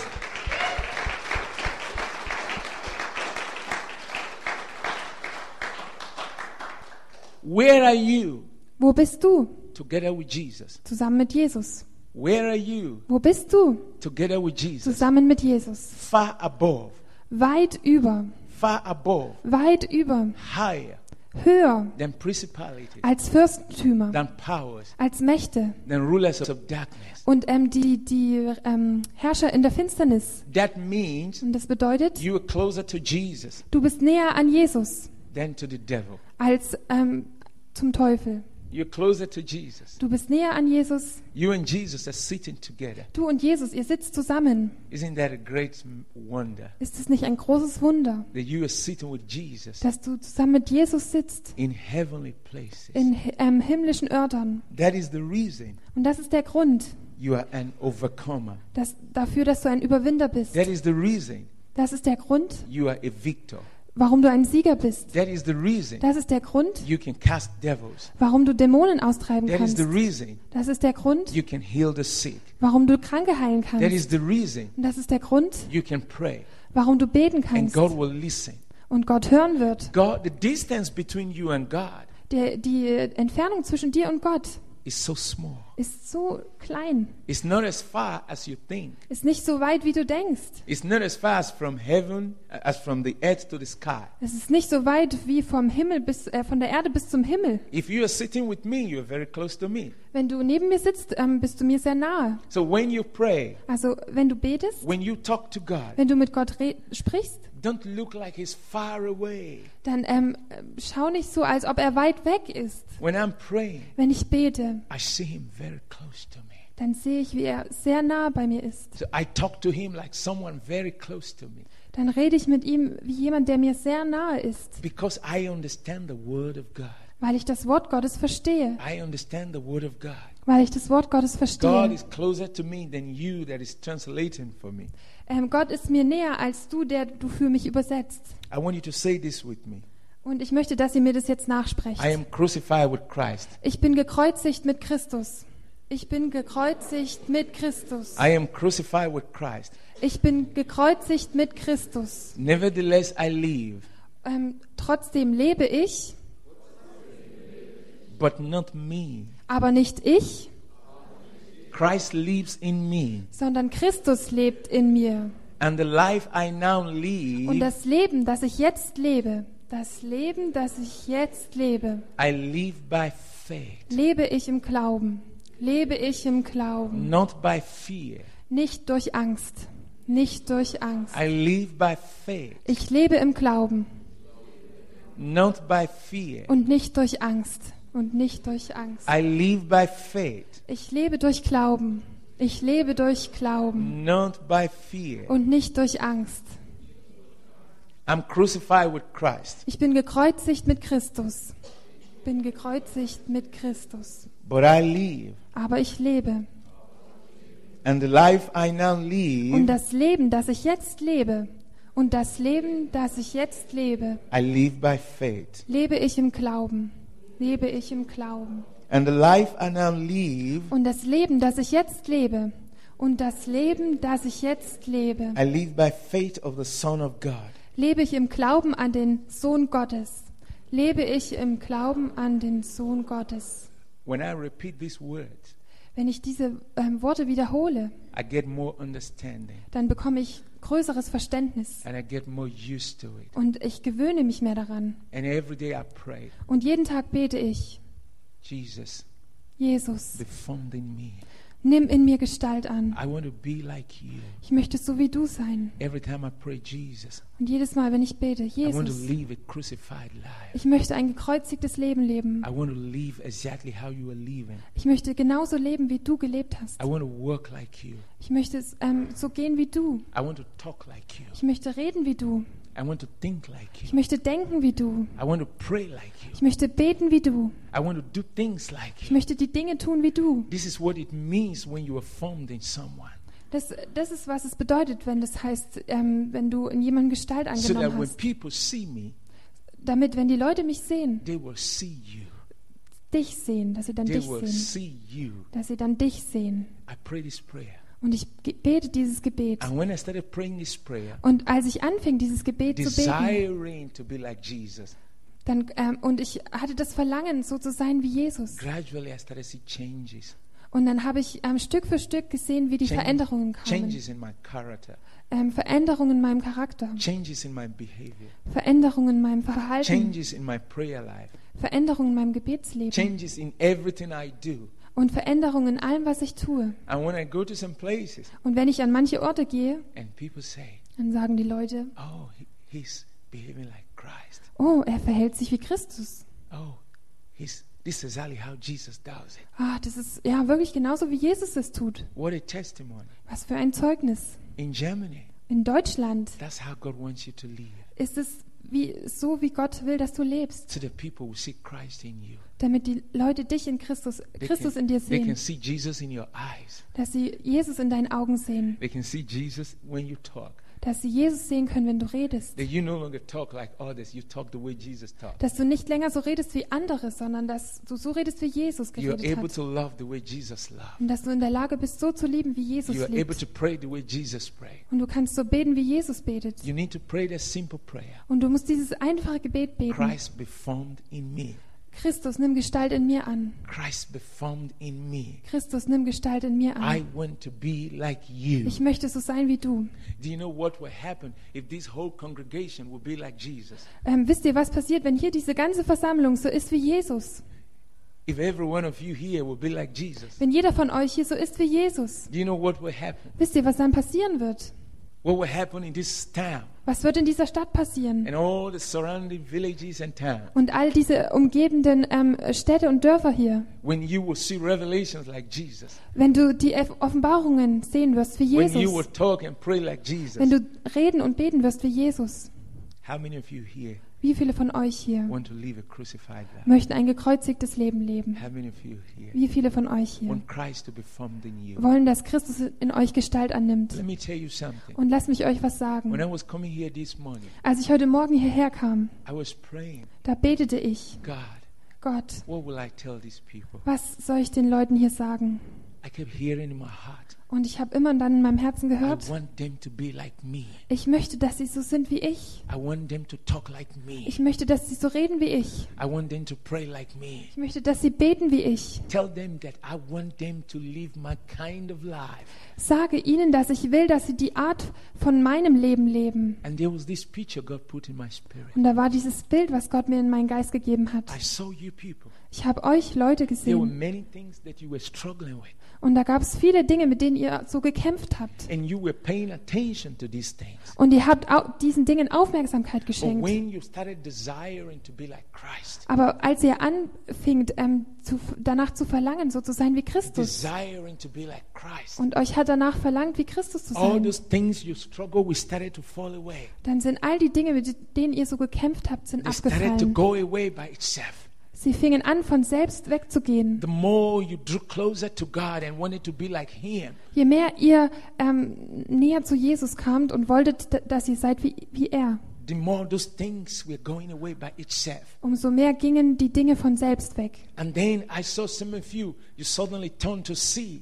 Speaker 1: Where are you
Speaker 2: Wo bist du?
Speaker 1: together with Jesus?
Speaker 2: Zusammen mit Jesus.
Speaker 1: Where are you
Speaker 2: Wo bist du?
Speaker 1: together with Jesus?
Speaker 2: Zusammen mit Jesus.
Speaker 1: Far above,
Speaker 2: Weit über,
Speaker 1: far above,
Speaker 2: weit über,
Speaker 1: higher
Speaker 2: höher
Speaker 1: than principalities,
Speaker 2: als Fürstentümer,
Speaker 1: than powers,
Speaker 2: als Mächte
Speaker 1: than rulers of darkness.
Speaker 2: und ähm, die, die ähm, Herrscher in der Finsternis.
Speaker 1: That means
Speaker 2: Und das bedeutet,
Speaker 1: you are closer to Jesus
Speaker 2: du bist näher an Jesus
Speaker 1: than to the devil.
Speaker 2: als ähm, zum Teufel.
Speaker 1: You're closer to Jesus.
Speaker 2: Du bist näher an Jesus.
Speaker 1: You and Jesus are sitting together.
Speaker 2: Du und Jesus, ihr sitzt zusammen.
Speaker 1: Isn't that a great m- wonder
Speaker 2: Ist es nicht ein großes Wunder,
Speaker 1: that you are sitting with Jesus
Speaker 2: dass du zusammen mit Jesus sitzt
Speaker 1: in heavenly places?
Speaker 2: in hi- ähm, himmlischen Örtern?
Speaker 1: that is the reason
Speaker 2: Und das ist der Grund
Speaker 1: you are an overcomer.
Speaker 2: dass, dafür, dass du ein Überwinder bist.
Speaker 1: That is the reason
Speaker 2: Das ist der Grund,
Speaker 1: you are a victor.
Speaker 2: warum du ein Sieger bist.
Speaker 1: That is the reason
Speaker 2: Das ist der Grund,
Speaker 1: you can cast devils.
Speaker 2: warum du Dämonen austreiben
Speaker 1: That is
Speaker 2: kannst.
Speaker 1: the reason
Speaker 2: Das ist der Grund,
Speaker 1: you can heal the sick.
Speaker 2: warum du Kranke heilen
Speaker 1: That
Speaker 2: kannst.
Speaker 1: is the reason
Speaker 2: Und das ist der Grund,
Speaker 1: you can pray
Speaker 2: warum du beten
Speaker 1: and
Speaker 2: kannst
Speaker 1: God will listen.
Speaker 2: und Gott hören wird.
Speaker 1: God, the distance between you and God
Speaker 2: Der, die Entfernung zwischen dir und Gott
Speaker 1: is so small.
Speaker 2: ist so klein,
Speaker 1: It's not as far as you think.
Speaker 2: ist nicht so weit, wie du denkst.
Speaker 1: It's not as far as from heaven uh, as from the earth to the sky.
Speaker 2: Es ist nicht so weit wie vom Himmel bis äh, von der Erde bis zum Himmel.
Speaker 1: If you are sitting with me, you are very close to me.
Speaker 2: Wenn du neben mir sitzt, ähm, bist du mir sehr nahe.
Speaker 1: So when you pray,
Speaker 2: Also wenn du betest,
Speaker 1: when you talk to God,
Speaker 2: wenn du mit Gott re- sprichst,
Speaker 1: don't look like He's far away.
Speaker 2: dann ähm, äh, schau nicht so, als ob er weit weg ist.
Speaker 1: When I'm praying,
Speaker 2: Wenn ich bete,
Speaker 1: I see Him very close to me.
Speaker 2: dann sehe ich, wie er sehr nah bei mir ist.
Speaker 1: So I talk to Him like someone very close to me
Speaker 2: Dann rede ich mit ihm wie jemand, der mir sehr nahe ist,
Speaker 1: because I understand the Word of God.
Speaker 2: weil ich das Wort Gottes verstehe,
Speaker 1: I understand the Word of God.
Speaker 2: weil ich das Wort Gottes
Speaker 1: God
Speaker 2: verstehe.
Speaker 1: is closer to me than you that is translating for me.
Speaker 2: Ähm, Gott ist mir näher als du, der du für mich übersetzt.
Speaker 1: I want you to say this with me
Speaker 2: Und ich möchte, dass ihr mir das jetzt nachsprecht.
Speaker 1: I am crucified with Christ.
Speaker 2: Ich bin gekreuzigt mit Christus. Ich bin gekreuzigt mit Christus.
Speaker 1: I am crucified with Christ.
Speaker 2: Ich bin gekreuzigt mit Christus.
Speaker 1: Nevertheless, I live,
Speaker 2: Ähm, trotzdem lebe ich,
Speaker 1: but not me.
Speaker 2: aber nicht ich,
Speaker 1: Christ lives in me,
Speaker 2: sondern Christus lebt in mir.
Speaker 1: and the life I now
Speaker 2: Und
Speaker 1: live,
Speaker 2: das Leben, das ich jetzt lebe, das Leben, das ich jetzt lebe,
Speaker 1: I live by faith,
Speaker 2: lebe ich im Glauben. Lebe ich im Glauben,
Speaker 1: not by fear.
Speaker 2: nicht durch Angst, nicht durch Angst.
Speaker 1: I live by faith,
Speaker 2: Ich lebe im Glauben
Speaker 1: not by fear.
Speaker 2: und nicht durch Angst und nicht durch Angst.
Speaker 1: I live by faith,
Speaker 2: Ich lebe durch Glauben. Ich lebe durch
Speaker 1: Mm.
Speaker 2: Glauben
Speaker 1: not by fear.
Speaker 2: und nicht durch Angst.
Speaker 1: I'm crucified with Christ,
Speaker 2: Ich bin gekreuzigt mit Christus. Bin gekreuzigt mit Christus.
Speaker 1: but I live,
Speaker 2: Aber ich lebe.
Speaker 1: and the life I now
Speaker 2: Und
Speaker 1: live,
Speaker 2: das Leben, das ich jetzt lebe, und das Leben, das ich jetzt lebe,
Speaker 1: I live by faith.
Speaker 2: lebe ich im Glauben. Lebe ich im Glauben.
Speaker 1: And the life I now live,
Speaker 2: Und das Leben, das ich jetzt lebe, und das Leben, das ich jetzt lebe,
Speaker 1: I live by faith of the Son of God.
Speaker 2: lebe ich im Glauben an den Sohn Gottes. Lebe ich im Glauben an den Sohn Gottes.
Speaker 1: When I repeat these words,
Speaker 2: Wenn ich diese ähm, Worte wiederhole,
Speaker 1: I get more understanding
Speaker 2: dann bekomme ich größeres Verständnis
Speaker 1: and I get more used to it.
Speaker 2: und ich gewöhne mich mehr daran.
Speaker 1: And every day I pray,
Speaker 2: Und jeden Tag bete ich,
Speaker 1: Jesus,
Speaker 2: Jesus,
Speaker 1: be formed in me.
Speaker 2: nimm in mir Gestalt an.
Speaker 1: I want to be like you.
Speaker 2: Ich möchte so wie du sein.
Speaker 1: Every time I pray, Jesus,
Speaker 2: Und jedes Mal, wenn ich bete,
Speaker 1: I want to
Speaker 2: Jesus,
Speaker 1: live a crucified life.
Speaker 2: ich möchte ein gekreuzigtes Leben leben.
Speaker 1: I want to live exactly how you are living.
Speaker 2: Ich möchte genauso leben, wie du gelebt hast.
Speaker 1: I want to work like you.
Speaker 2: Ich möchte es, ähm, so gehen wie du.
Speaker 1: I want to talk like you.
Speaker 2: Ich möchte reden wie du.
Speaker 1: I want to think like
Speaker 2: Ich
Speaker 1: you.
Speaker 2: möchte denken wie du.
Speaker 1: I want to pray like you.
Speaker 2: Ich möchte beten wie du.
Speaker 1: I want to do things like
Speaker 2: Ich
Speaker 1: you.
Speaker 2: möchte die Dinge tun wie du.
Speaker 1: This is what it means when you are formed in someone.
Speaker 2: Das, das ist, was es bedeutet, wenn das heißt, ähm, wenn du in jemandem Gestalt
Speaker 1: So that
Speaker 2: angenommen
Speaker 1: when
Speaker 2: hast.
Speaker 1: people see me,
Speaker 2: Damit, wenn die Leute mich sehen,
Speaker 1: they will see you.
Speaker 2: dich sehen, dass sie dann
Speaker 1: They
Speaker 2: dich
Speaker 1: will
Speaker 2: sehen.
Speaker 1: see you.
Speaker 2: Dass sie dann dich sehen.
Speaker 1: I pray this prayer.
Speaker 2: Und ich ge- bete dieses Gebet.
Speaker 1: And when I started praying this prayer,
Speaker 2: Und als ich anfing, dieses Gebet zu beten,
Speaker 1: desiring to be like Jesus,
Speaker 2: dann, ähm, und ich hatte das Verlangen, so zu sein wie Jesus.
Speaker 1: gradually I started to see changes.
Speaker 2: Und dann habe ich ähm, Stück für Stück gesehen, wie die
Speaker 1: Change-
Speaker 2: Veränderungen kamen.
Speaker 1: Changes in my character,
Speaker 2: Ähm, Veränderungen in meinem Charakter,
Speaker 1: changes in my behavior,
Speaker 2: Veränderungen in meinem Verhalten,
Speaker 1: changes in my prayer life,
Speaker 2: Veränderungen in meinem Gebetsleben
Speaker 1: changes in everything I do.
Speaker 2: und Veränderungen in allem, was ich tue.
Speaker 1: And when I go to some places
Speaker 2: Und wenn ich an manche Orte gehe,
Speaker 1: and people say,
Speaker 2: dann sagen die Leute,
Speaker 1: oh, he- he's behaving like Christ.
Speaker 2: oh, er verhält sich wie Christus.
Speaker 1: Oh, he's, this is exactly how Jesus does it.
Speaker 2: Ah, das ist ja wirklich genauso, wie Jesus es tut.
Speaker 1: What a testimony.
Speaker 2: Was für ein Zeugnis.
Speaker 1: In Germany,
Speaker 2: In Deutschland
Speaker 1: that's how God wants you to live.
Speaker 2: ist es wie, so, wie Gott will, dass du lebst,
Speaker 1: So that people will see Christ in you.
Speaker 2: damit die Leute dich in Christus,
Speaker 1: They
Speaker 2: Christus
Speaker 1: can-
Speaker 2: in dir
Speaker 1: They can
Speaker 2: sehen,
Speaker 1: see Jesus in your eyes.
Speaker 2: dass sie Jesus in deinen Augen sehen.
Speaker 1: They can see Jesus when you talk.
Speaker 2: dass sie Jesus sehen können, wenn du redest.
Speaker 1: That you no longer talk like others. You talk the way Jesus talked.
Speaker 2: Dass du nicht länger so redest wie andere, sondern dass du so redest, wie Jesus
Speaker 1: You're
Speaker 2: geredet
Speaker 1: able
Speaker 2: hat.
Speaker 1: to love the way Jesus loved.
Speaker 2: Und dass du in der Lage bist, so zu lieben, wie Jesus
Speaker 1: You're able to
Speaker 2: liebt.
Speaker 1: pray the way Jesus prayed.
Speaker 2: Und du kannst so beten, wie Jesus betet.
Speaker 1: You need to pray that simple prayer.
Speaker 2: Und du musst dieses einfache Gebet beten.
Speaker 1: Christ be formed in me.
Speaker 2: Christus, nimm Gestalt in mir an.
Speaker 1: Christ be formed in me.
Speaker 2: Christus, nimm Gestalt in mir
Speaker 1: I
Speaker 2: an.
Speaker 1: want to be like you.
Speaker 2: Ich möchte so sein wie du.
Speaker 1: Do you know what will happen if this whole congregation will be like Jesus?
Speaker 2: Ähm, wisst ihr, was passiert, wenn hier diese ganze Versammlung so ist wie Jesus?
Speaker 1: If every one of you here will be like Jesus?
Speaker 2: Wenn jeder von euch hier so ist wie Jesus?
Speaker 1: Do you know what will happen?
Speaker 2: Wisst ihr, was dann passieren wird?
Speaker 1: What will happen in this town
Speaker 2: Was wird in dieser Stadt passieren?
Speaker 1: and all the surrounding villages and towns?
Speaker 2: Und all diese umgebenden ähm, Städte und Dörfer hier,
Speaker 1: When you will see revelations like Jesus.
Speaker 2: wenn du die Eff- Offenbarungen sehen wirst wie
Speaker 1: When you will
Speaker 2: Jesus,
Speaker 1: talk and pray like
Speaker 2: wenn
Speaker 1: Jesus.
Speaker 2: du reden und beten wirst wie Jesus,
Speaker 1: How many of you here
Speaker 2: wie viele von euch hier
Speaker 1: want to live a crucified life?
Speaker 2: möchten ein gekreuzigtes Leben leben?
Speaker 1: How many of you here
Speaker 2: Wie viele von euch hier
Speaker 1: want Christ to be formed in you?
Speaker 2: wollen, dass Christus in euch Gestalt annimmt?
Speaker 1: Let me tell you something.
Speaker 2: Und lass mich euch was
Speaker 1: When I
Speaker 2: sagen.
Speaker 1: was coming here this morning,
Speaker 2: Als ich heute Morgen hierher kam,
Speaker 1: I was praying,
Speaker 2: da betete ich,
Speaker 1: God,
Speaker 2: Gott,
Speaker 1: what will I tell these people?
Speaker 2: was soll ich den Leuten hier sagen?
Speaker 1: I kept hearing in my heart,
Speaker 2: Und ich habe immer dann in meinem Herzen
Speaker 1: I
Speaker 2: gehört,
Speaker 1: want them to be like me.
Speaker 2: ich möchte, dass sie so sind wie ich.
Speaker 1: I want them to talk like me.
Speaker 2: Ich möchte, dass sie so reden wie ich.
Speaker 1: I want them to pray like me.
Speaker 2: Ich möchte, dass sie beten wie ich.
Speaker 1: Tell them that I want them to live my kind of life.
Speaker 2: Sage ihnen, dass ich will, dass sie die Art von meinem Leben leben.
Speaker 1: And there was this picture God put in my spirit.
Speaker 2: Und da war dieses Bild, was Gott mir in meinen Geist gegeben hat.
Speaker 1: I saw you people.
Speaker 2: Ich habe euch Leute
Speaker 1: There were
Speaker 2: gesehen
Speaker 1: many things that you were struggling with,
Speaker 2: und da gab es viele Dinge, mit denen ihr so gekämpft habt.
Speaker 1: and you were paying attention to these things.
Speaker 2: Und ihr habt au- diesen Dingen Aufmerksamkeit
Speaker 1: But
Speaker 2: geschenkt.
Speaker 1: when you started desiring to be like Christ,
Speaker 2: Aber als ihr anfingt, ähm, zu, danach zu verlangen, so zu sein wie Christus,
Speaker 1: desiring to be like Christ,
Speaker 2: und euch hat danach verlangt, wie Christus zu
Speaker 1: all
Speaker 2: sein,
Speaker 1: those things you struggle with started to fall away.
Speaker 2: dann sind all die Dinge, mit denen ihr so gekämpft habt, sind
Speaker 1: They started to
Speaker 2: abgefallen.
Speaker 1: go away by itself.
Speaker 2: Sie fingen an, von selbst wegzugehen.
Speaker 1: The more you drew closer to God and wanted to be like Him,
Speaker 2: Je mehr ihr ähm, näher zu Jesus kamt und wolltet, d- dass ihr seid wie, wie er,
Speaker 1: the more those things were going away by itself.
Speaker 2: umso mehr gingen die Dinge von selbst weg.
Speaker 1: And then I saw some of you, you suddenly turned to see,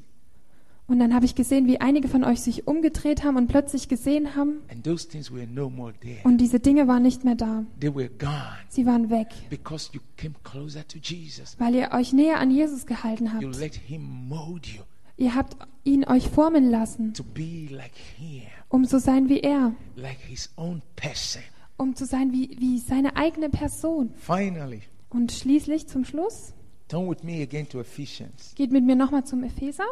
Speaker 2: Und dann habe ich gesehen, wie einige von euch sich umgedreht haben und plötzlich gesehen haben,
Speaker 1: and those things were no more there.
Speaker 2: und diese Dinge waren nicht mehr da.
Speaker 1: They were gone
Speaker 2: Sie waren weg,
Speaker 1: because you came closer to Jesus.
Speaker 2: weil ihr euch näher an Jesus gehalten
Speaker 1: You
Speaker 2: habt.
Speaker 1: let Him mold you
Speaker 2: Ihr habt ihn euch formen lassen,
Speaker 1: to be like Him,
Speaker 2: um zu sein wie er,
Speaker 1: like His own person.
Speaker 2: um zu sein wie, wie seine eigene Person.
Speaker 1: Finally,
Speaker 2: Und schließlich zum Schluss,
Speaker 1: turn with me again to Ephesians.
Speaker 2: geht mit mir nochmal zum Epheser.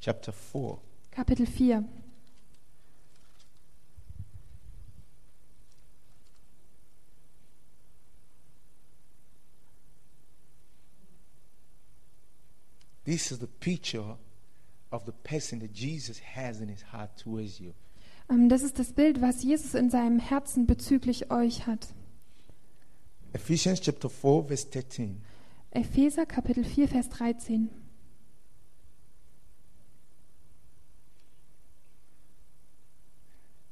Speaker 1: chapter 4.
Speaker 2: Kapitel 4.
Speaker 1: This is the picture of the person that Jesus has in his heart towards you.
Speaker 2: Ähm, Das ist das Bild, was Jesus in seinem Herzen bezüglich euch hat.
Speaker 1: Ephesians chapter 4, verse 13.
Speaker 2: Epheser Kapitel 4, Vers 13.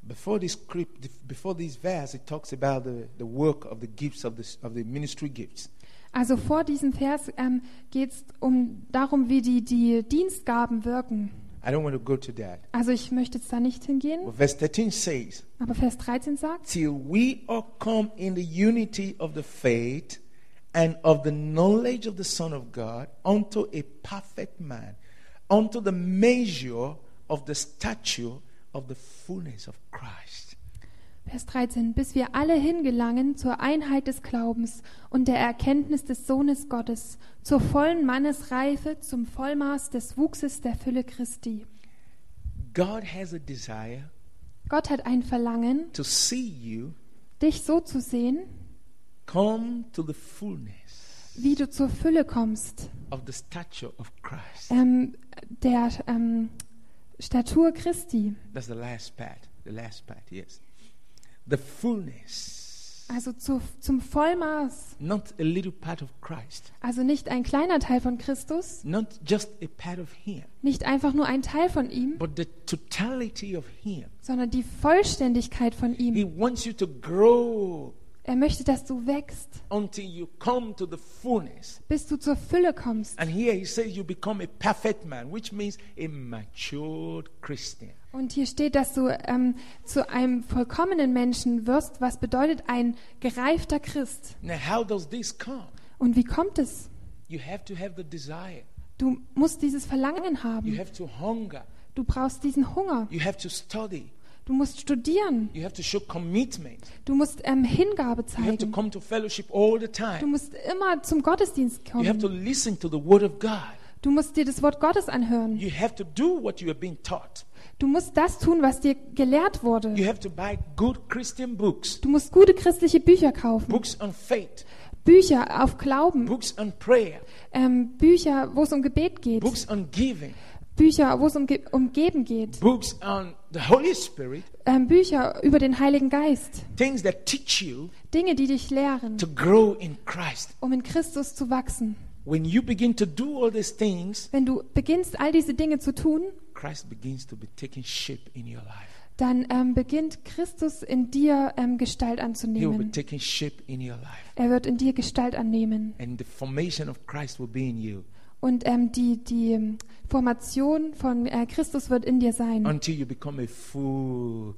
Speaker 1: Before this, script, before this verse, it talks about the, the work of the gifts of the, s- of the ministry gifts.
Speaker 2: Also vor diesem Vers ähm, geht es um, darum, wie die, die Dienstgaben wirken.
Speaker 1: I don't want to go to that.
Speaker 2: Also ich möchte jetzt da nicht hingehen,
Speaker 1: But verse 13 says,
Speaker 2: aber Vers 13 sagt,
Speaker 1: Till we are come in the unity of the faith and of the knowledge of the Son of God unto a perfect man, unto the measure of the stature of the fullness of Christ.
Speaker 2: Vers 13, bis wir alle hingelangen zur Einheit des Glaubens und der Erkenntnis des Sohnes Gottes, zur vollen Mannesreife, zum Vollmaß des Wuchses der Fülle Christi.
Speaker 1: God has a desire
Speaker 2: Gott hat ein Verlangen,
Speaker 1: to see you
Speaker 2: dich so zu sehen,
Speaker 1: come to the fullness
Speaker 2: wie du zur Fülle kommst,
Speaker 1: of the stature of Christ.
Speaker 2: ähm, der ähm, Statur Christi,
Speaker 1: That's the last part. The last part, yes. The fullness.
Speaker 2: also zu, zum Vollmaß,
Speaker 1: Not a little part of Christ.
Speaker 2: also nicht ein kleiner Teil von Christus,
Speaker 1: Not just a part of Him,
Speaker 2: nicht einfach nur ein Teil von ihm,
Speaker 1: but the totality of Him.
Speaker 2: sondern die Vollständigkeit von
Speaker 1: He
Speaker 2: ihm.
Speaker 1: wants you to grow
Speaker 2: Er möchte, dass du wächst.
Speaker 1: until you come to the fullness.
Speaker 2: bis du zur Fülle kommst.
Speaker 1: And here he says you become a perfect man, which means a matured Christian.
Speaker 2: Und hier steht, dass du ähm, zu einem vollkommenen Menschen wirst, was bedeutet ein gereifter Christ.
Speaker 1: Now, how does this come?
Speaker 2: Und wie kommt es?
Speaker 1: You have to have the desire.
Speaker 2: Du musst dieses Verlangen
Speaker 1: You
Speaker 2: haben.
Speaker 1: have to hunger.
Speaker 2: Du brauchst diesen Hunger.
Speaker 1: You have to study.
Speaker 2: Du musst studieren.
Speaker 1: You have to show commitment.
Speaker 2: Du musst ähm, Hingabe
Speaker 1: You have to
Speaker 2: zeigen.
Speaker 1: come to fellowship all the
Speaker 2: Du
Speaker 1: time.
Speaker 2: musst immer zum Gottesdienst
Speaker 1: You have to
Speaker 2: kommen.
Speaker 1: listen to the Word of God.
Speaker 2: Du musst dir das Wort Gottes anhören.
Speaker 1: You have to do what you have been taught.
Speaker 2: Du musst das tun, was dir gelehrt
Speaker 1: You
Speaker 2: wurde.
Speaker 1: have to buy good Christian books,
Speaker 2: Du musst gute christliche Bücher kaufen.
Speaker 1: books on faith,
Speaker 2: Bücher auf Glauben.
Speaker 1: books on prayer,
Speaker 2: Ähm, Bücher, wo es um Gebet geht.
Speaker 1: books on giving,
Speaker 2: Bücher, wo es um, Ge- um Geben geht,
Speaker 1: books on the Holy Spirit,
Speaker 2: ähm, Bücher über den Heiligen Geist,
Speaker 1: things that teach you
Speaker 2: Dinge, die dich lehren,
Speaker 1: to grow in Christ.
Speaker 2: um in Christus zu wachsen.
Speaker 1: When you begin to do all these things,
Speaker 2: Wenn du beginnst, all diese Dinge zu tun,
Speaker 1: Christ begins to be taking shape in your life.
Speaker 2: dann ähm, beginnt Christus in dir ähm, Gestalt
Speaker 1: He will be
Speaker 2: anzunehmen.
Speaker 1: taking shape in your life.
Speaker 2: Er wird in dir Gestalt annehmen.
Speaker 1: And the formation of Christ will be in you
Speaker 2: Und ähm, die, die ähm, Formation von äh, Christus wird in dir sein,
Speaker 1: until you become a full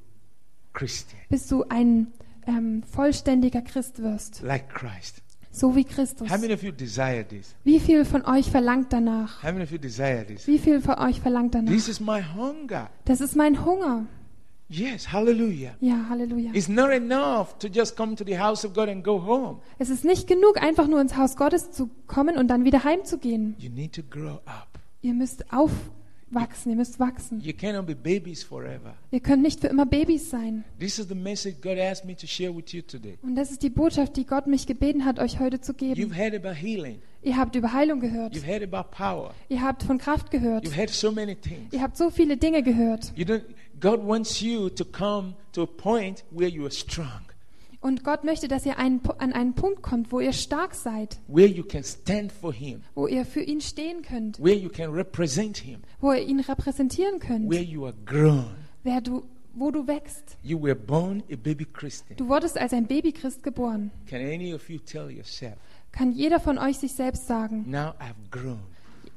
Speaker 1: Christian,
Speaker 2: bis du ein ähm, vollständiger Christ wirst,
Speaker 1: like Christ.
Speaker 2: so wie Christus.
Speaker 1: How many of you desire this?
Speaker 2: Wie viel von euch verlangt danach?
Speaker 1: How many of you desire this?
Speaker 2: Wie viel von euch verlangt danach?
Speaker 1: This is my hunger.
Speaker 2: Das ist mein Hunger.
Speaker 1: Yes, hallelujah.
Speaker 2: Ja, Halleluja.
Speaker 1: It's not enough to just come to the house of God and go home.
Speaker 2: Es ist nicht genug, einfach nur ins Haus Gottes zu kommen und dann wieder heimzugehen.
Speaker 1: You need to grow up.
Speaker 2: Ihr müsst aufwachsen, ihr müsst wachsen.
Speaker 1: You cannot be babies forever.
Speaker 2: Ihr könnt nicht für immer Babys sein.
Speaker 1: This is the message God asked me to share with you today.
Speaker 2: Und das ist die Botschaft, die Gott mich gebeten hat, euch heute zu
Speaker 1: You've
Speaker 2: geben.
Speaker 1: heard about healing.
Speaker 2: Ihr habt über Heilung
Speaker 1: You've
Speaker 2: gehört.
Speaker 1: heard about power.
Speaker 2: Ihr habt von Kraft
Speaker 1: You've
Speaker 2: gehört.
Speaker 1: heard so many things.
Speaker 2: Ihr habt so viele Dinge gehört.
Speaker 1: You don't, God wants you to come to a point where you are strong,
Speaker 2: Und Gott möchte, dass ihr einen, Pu- an einen Punkt kommt, wo ihr stark seid,
Speaker 1: where you can stand for Him,
Speaker 2: wo ihr für ihn stehen könnt,
Speaker 1: where you can represent Him,
Speaker 2: wo ihr ihn repräsentieren
Speaker 1: where
Speaker 2: könnt,
Speaker 1: you are grown.
Speaker 2: wer du, wo du wächst.
Speaker 1: You were born a baby Christian.
Speaker 2: Du wurdest als ein Babychrist geboren.
Speaker 1: Can any of you tell yourself,
Speaker 2: Kann jeder von euch sich selbst sagen,
Speaker 1: now I've grown,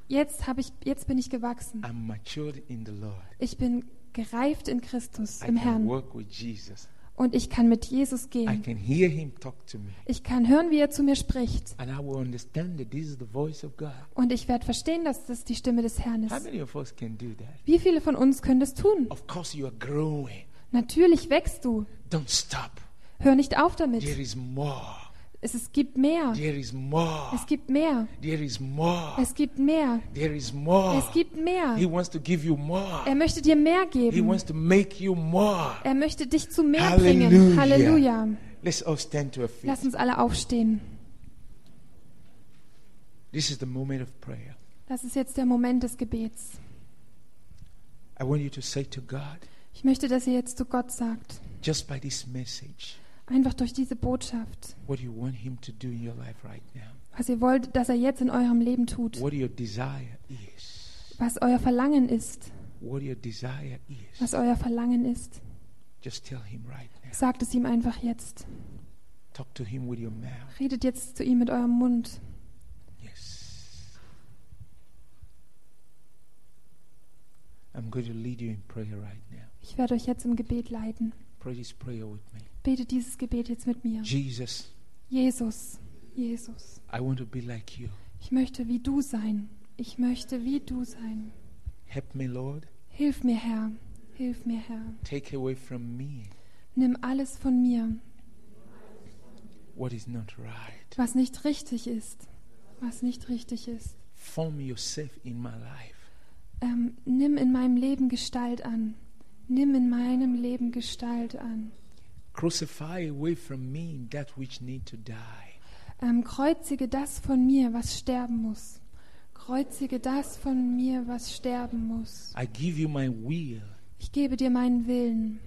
Speaker 2: Jetzt habe ich, jetzt bin ich gewachsen.
Speaker 1: I'm matured in the Lord,
Speaker 2: Ich bin gereift in Christus,
Speaker 1: I
Speaker 2: im
Speaker 1: can
Speaker 2: Herrn.
Speaker 1: work with Jesus,
Speaker 2: Und ich kann mit Jesus
Speaker 1: I
Speaker 2: gehen.
Speaker 1: can hear Him talk to me,
Speaker 2: Ich kann hören, wie er zu mir spricht.
Speaker 1: and I will understand that this is the voice of God.
Speaker 2: Und ich werde verstehen, dass das die Stimme des Herrn
Speaker 1: How
Speaker 2: ist.
Speaker 1: many of us can do that?
Speaker 2: Wie viele von uns können das tun?
Speaker 1: Of course, you are growing.
Speaker 2: Natürlich wächst du.
Speaker 1: Don't stop.
Speaker 2: Hör nicht auf
Speaker 1: There
Speaker 2: damit.
Speaker 1: is more.
Speaker 2: Es, es gibt mehr.
Speaker 1: There is more.
Speaker 2: Es gibt mehr.
Speaker 1: There is more.
Speaker 2: Es gibt mehr.
Speaker 1: There is more.
Speaker 2: Es gibt mehr.
Speaker 1: He wants to give you more.
Speaker 2: Er möchte dir mehr
Speaker 1: He
Speaker 2: geben.
Speaker 1: wants to make you more.
Speaker 2: Er möchte dich zu mehr bringen.
Speaker 1: Hallelujah.
Speaker 2: Halleluja.
Speaker 1: Let's all stand to our feet.
Speaker 2: Lass uns alle aufstehen.
Speaker 1: This is the moment of prayer.
Speaker 2: Das ist jetzt der Moment des Gebets.
Speaker 1: I want you to say to God,
Speaker 2: Ich möchte, dass ihr jetzt zu Gott sagt,
Speaker 1: just by this message,
Speaker 2: einfach durch diese Botschaft,
Speaker 1: what you want Him to do in your life right now,
Speaker 2: was ihr wollt, dass er jetzt in eurem Leben tut,
Speaker 1: what your desire is.
Speaker 2: was euer Verlangen ist,
Speaker 1: What your desire
Speaker 2: was
Speaker 1: is.
Speaker 2: euer Verlangen ist.
Speaker 1: Just tell Him right now.
Speaker 2: Sagt es ihm einfach jetzt.
Speaker 1: Talk to Him with your mouth.
Speaker 2: Redet jetzt zu ihm mit eurem Mund.
Speaker 1: Yes. I'm going to lead you in prayer right now.
Speaker 2: Ich werde euch jetzt im Gebet leiten.
Speaker 1: Pray this prayer with me.
Speaker 2: Betet dieses Gebet jetzt mit mir.
Speaker 1: Jesus,
Speaker 2: Jesus, Jesus,
Speaker 1: I want to be like you.
Speaker 2: ich möchte wie du sein. Ich möchte wie du sein.
Speaker 1: Help me, Lord.
Speaker 2: Hilf mir, Herr. Hilf mir, Herr.
Speaker 1: Take away from me
Speaker 2: Nimm alles von mir,
Speaker 1: what is not right.
Speaker 2: was nicht richtig ist. Was nicht richtig ist.
Speaker 1: Form yourself in my life.
Speaker 2: Ähm, nimm in meinem Leben Gestalt an. Nimm in meinem Leben Gestalt an.
Speaker 1: Crucify away from me that which need to die.
Speaker 2: Ähm, kreuzige das von mir, was sterben muss. Kreuzige das von mir, was sterben muss.
Speaker 1: I give you my will
Speaker 2: Ich gebe dir meinen Willen.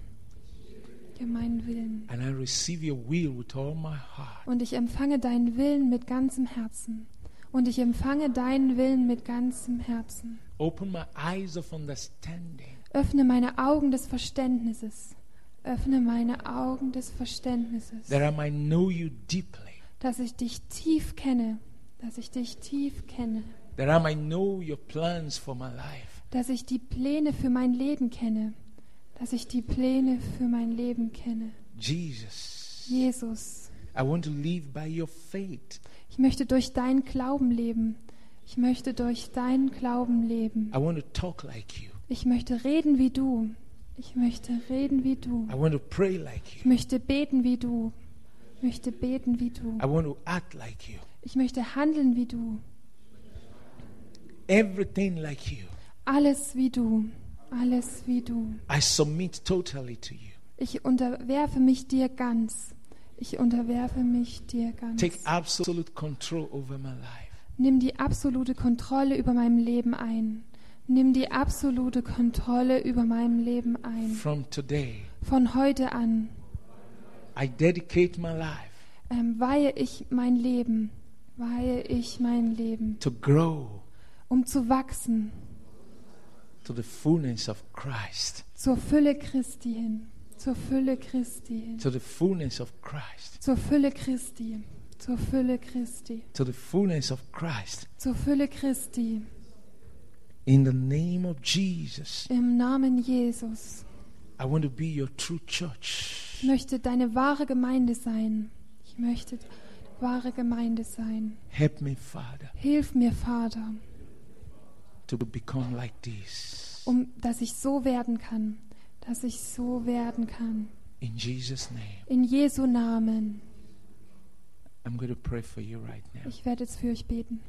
Speaker 2: Dir meinen Willen.
Speaker 1: and I receive your will with all my heart.
Speaker 2: Und ich empfange deinen Willen mit ganzem Herzen. Und ich empfange deinen Willen mit ganzem Herzen.
Speaker 1: Open my eyes of understanding.
Speaker 2: Öffne meine Augen des Verständnisses. Öffne meine Augen des Verständnisses.
Speaker 1: that I might know you deeply,
Speaker 2: Dass ich dich tief kenne. Dass ich dich tief kenne.
Speaker 1: that I might know your plans for my life.
Speaker 2: dass ich die Pläne für mein Leben kenne, dass ich die Pläne für mein Leben kenne.
Speaker 1: Jesus,
Speaker 2: Jesus,
Speaker 1: I want to live by your faith.
Speaker 2: ich möchte durch deinen Glauben leben. Ich möchte durch deinen Glauben leben.
Speaker 1: I want to talk like you.
Speaker 2: Ich möchte reden wie du. Ich möchte reden wie du.
Speaker 1: I want to pray like
Speaker 2: Ich
Speaker 1: you.
Speaker 2: möchte beten wie du. Ich möchte beten wie du.
Speaker 1: I want to act like you.
Speaker 2: Ich möchte handeln wie du.
Speaker 1: Everything like you.
Speaker 2: Alles wie du. Alles wie du.
Speaker 1: I submit totally to you.
Speaker 2: Ich unterwerfe mich dir ganz. Ich unterwerfe mich dir ganz.
Speaker 1: Take absolute control over my life.
Speaker 2: Nimm die absolute Kontrolle über meinem Leben ein. Nimm die absolute Kontrolle über meinem Leben ein.
Speaker 1: From today,
Speaker 2: Von heute an
Speaker 1: I dedicate my life
Speaker 2: ähm, weihe ich mein Leben, weihe ich mein Leben,
Speaker 1: to grow
Speaker 2: um zu wachsen
Speaker 1: to the fullness of Christ.
Speaker 2: zur Fülle Christi hin, zur Fülle Christi hin,
Speaker 1: To the fullness of Christ.
Speaker 2: zur Fülle Christi, zur Fülle Christi,
Speaker 1: To the fullness of Christ.
Speaker 2: zur Fülle Christi.
Speaker 1: In the name of Jesus,
Speaker 2: Im Namen Jesus
Speaker 1: I want to be your true
Speaker 2: Ich
Speaker 1: church.
Speaker 2: möchte deine wahre Gemeinde sein. Ich möchte wahre Gemeinde sein.
Speaker 1: Help me, Father,
Speaker 2: Hilf mir, Vater,
Speaker 1: to become like this.
Speaker 2: um dass ich so werden kann, dass ich so werden kann.
Speaker 1: In Jesus' name,
Speaker 2: In Jesu Namen.
Speaker 1: I'm going to pray for you right now.
Speaker 2: Ich werde jetzt für euch beten.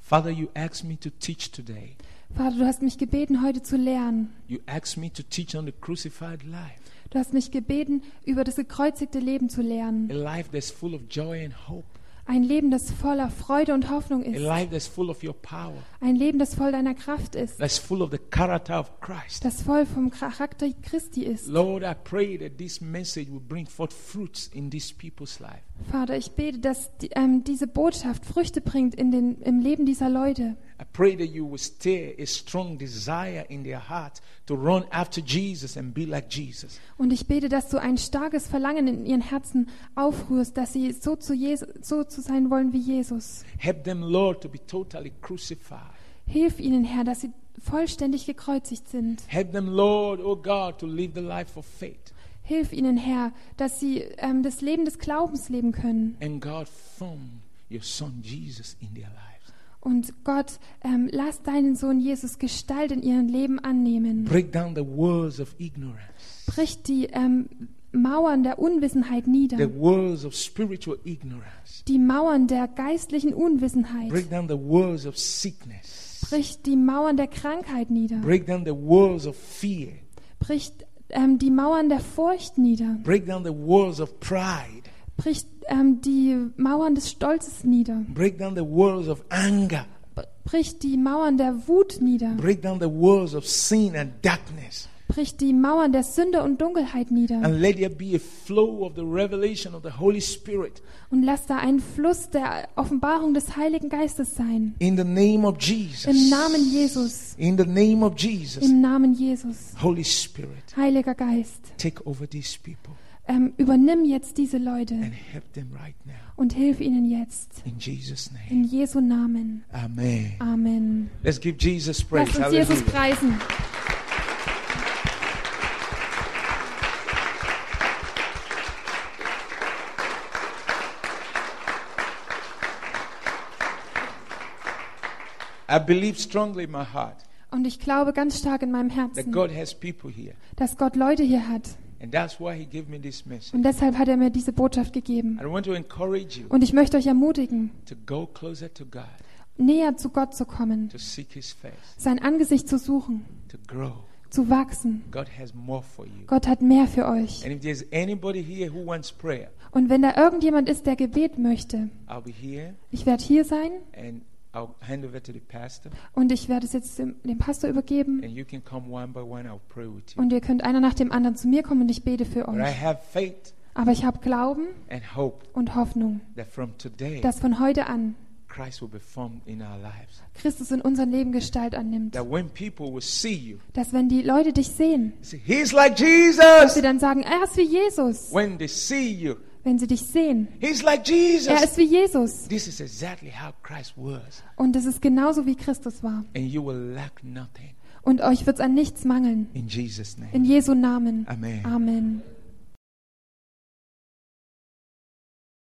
Speaker 1: Father, you asked me to teach today.
Speaker 2: Vater, du hast mich gebeten, heute zu lernen.
Speaker 1: You asked me to teach on the crucified life,
Speaker 2: Du hast mich gebeten, über das gekreuzigte Leben zu
Speaker 1: a
Speaker 2: lernen.
Speaker 1: life that's full of joy and hope,
Speaker 2: Ein Leben, das voller Freude und Hoffnung
Speaker 1: a
Speaker 2: ist.
Speaker 1: life that's full of your power,
Speaker 2: Ein Leben, das voll deiner Kraft ist.
Speaker 1: that's full of the character of Christ.
Speaker 2: Das voll vom Charakter Christi ist.
Speaker 1: Lord, I pray that this message will bring forth fruits in these people's life.
Speaker 2: Vater, ich bete, dass die, ähm, diese Botschaft Früchte bringt in den, im Leben dieser Leute.
Speaker 1: I pray that you will stir a strong desire in their heart to run after Jesus and be like Jesus.
Speaker 2: Und ich bete, dass du ein starkes Verlangen in ihren Herzen aufrührst, dass sie so zu, Jesu, so zu sein wollen wie Jesus.
Speaker 1: Help them, Lord, to be totally crucified.
Speaker 2: Hilf ihnen, Herr, dass sie vollständig gekreuzigt sind.
Speaker 1: Help them, Lord, oh God, to live the life of faith.
Speaker 2: Hilf ihnen, Herr, dass sie ähm, das Leben des Glaubens leben können.
Speaker 1: And God, form your Son Jesus in their lives.
Speaker 2: Und Gott, ähm, lass deinen Sohn Jesus Gestalt in ihrem Leben annehmen.
Speaker 1: Break down the walls of ignorance,
Speaker 2: Brich die ähm, Mauern der Unwissenheit nieder.
Speaker 1: the walls of spiritual ignorance.
Speaker 2: Die Mauern der geistlichen Unwissenheit.
Speaker 1: Break down the walls of sickness.
Speaker 2: Bricht die Mauern der Krankheit nieder.
Speaker 1: Break down the walls of fear.
Speaker 2: Bricht ähm, die Mauern der Furcht nieder.
Speaker 1: Break down the walls of pride.
Speaker 2: Bricht ähm, die Mauern des Stolzes nieder.
Speaker 1: Break down the walls of anger.
Speaker 2: Br- Brich die Mauern der Wut nieder.
Speaker 1: Break down the walls of sin and darkness.
Speaker 2: Brich die Mauern der Sünde und Dunkelheit nieder.
Speaker 1: And let there be a flow of the revelation of the Holy Spirit
Speaker 2: Und lass da ein Fluss der Offenbarung des Heiligen Geistes sein.
Speaker 1: in the name of Jesus.
Speaker 2: Im Namen Jesus.
Speaker 1: In the name of Jesus.
Speaker 2: Im Namen Jesus.
Speaker 1: Holy Spirit,
Speaker 2: Heiliger Geist,
Speaker 1: take over these people
Speaker 2: ähm, übernimm jetzt diese Leute
Speaker 1: and help them right now.
Speaker 2: und hilf ihnen jetzt.
Speaker 1: In Jesus' name.
Speaker 2: In Jesu Namen.
Speaker 1: Amen.
Speaker 2: Amen.
Speaker 1: Let's give Jesus praise.
Speaker 2: Lass uns Jesus
Speaker 1: Hallelujah.
Speaker 2: preisen.
Speaker 1: I believe strongly in my heart
Speaker 2: Und ich glaube ganz stark in meinem
Speaker 1: that
Speaker 2: Herzen,
Speaker 1: God has people here.
Speaker 2: dass Gott Leute hier hat.
Speaker 1: And that's why He gave me this message.
Speaker 2: Und deshalb hat er mir diese Botschaft gegeben.
Speaker 1: I want to encourage you
Speaker 2: Und ich möchte euch ermutigen,
Speaker 1: to go closer to God,
Speaker 2: näher zu Gott zu kommen,
Speaker 1: to seek His face,
Speaker 2: sein Angesicht zu suchen,
Speaker 1: to grow.
Speaker 2: zu wachsen.
Speaker 1: God has more for you.
Speaker 2: Gott hat mehr für euch.
Speaker 1: And if there's anybody here who wants prayer,
Speaker 2: Und wenn da irgendjemand ist, der Gebet möchte,
Speaker 1: I'll be here
Speaker 2: ich werde hier sein
Speaker 1: and I'll hand over to the pastor.
Speaker 2: und ich werde es jetzt dem, dem Pastor übergeben.
Speaker 1: And you can come one by one, I'll pray with you.
Speaker 2: Und ihr könnt einer nach dem anderen zu mir kommen und ich bete für
Speaker 1: But I
Speaker 2: euch.
Speaker 1: have faith
Speaker 2: Aber ich habe Glauben
Speaker 1: and hope
Speaker 2: und Hoffnung,
Speaker 1: that from today,
Speaker 2: dass von heute an
Speaker 1: Christ will be formed in our lives.
Speaker 2: Christus in unserem Leben Gestalt annimmt.
Speaker 1: That when people will see you,
Speaker 2: Dass wenn die Leute dich sehen,
Speaker 1: see, He's like
Speaker 2: dass
Speaker 1: Jesus.
Speaker 2: sie dann sagen, er ist wie Jesus,
Speaker 1: When they see you,
Speaker 2: wenn sie dich sehen.
Speaker 1: He's like
Speaker 2: Er
Speaker 1: Jesus.
Speaker 2: ist wie Jesus.
Speaker 1: This is exactly how Christ was.
Speaker 2: Und es ist genauso wie Christus war.
Speaker 1: And you will lack nothing
Speaker 2: Und euch wird es an nichts mangeln.
Speaker 1: in Jesus'
Speaker 2: In
Speaker 1: name.
Speaker 2: Jesu Namen.
Speaker 1: Amen.
Speaker 2: Amen.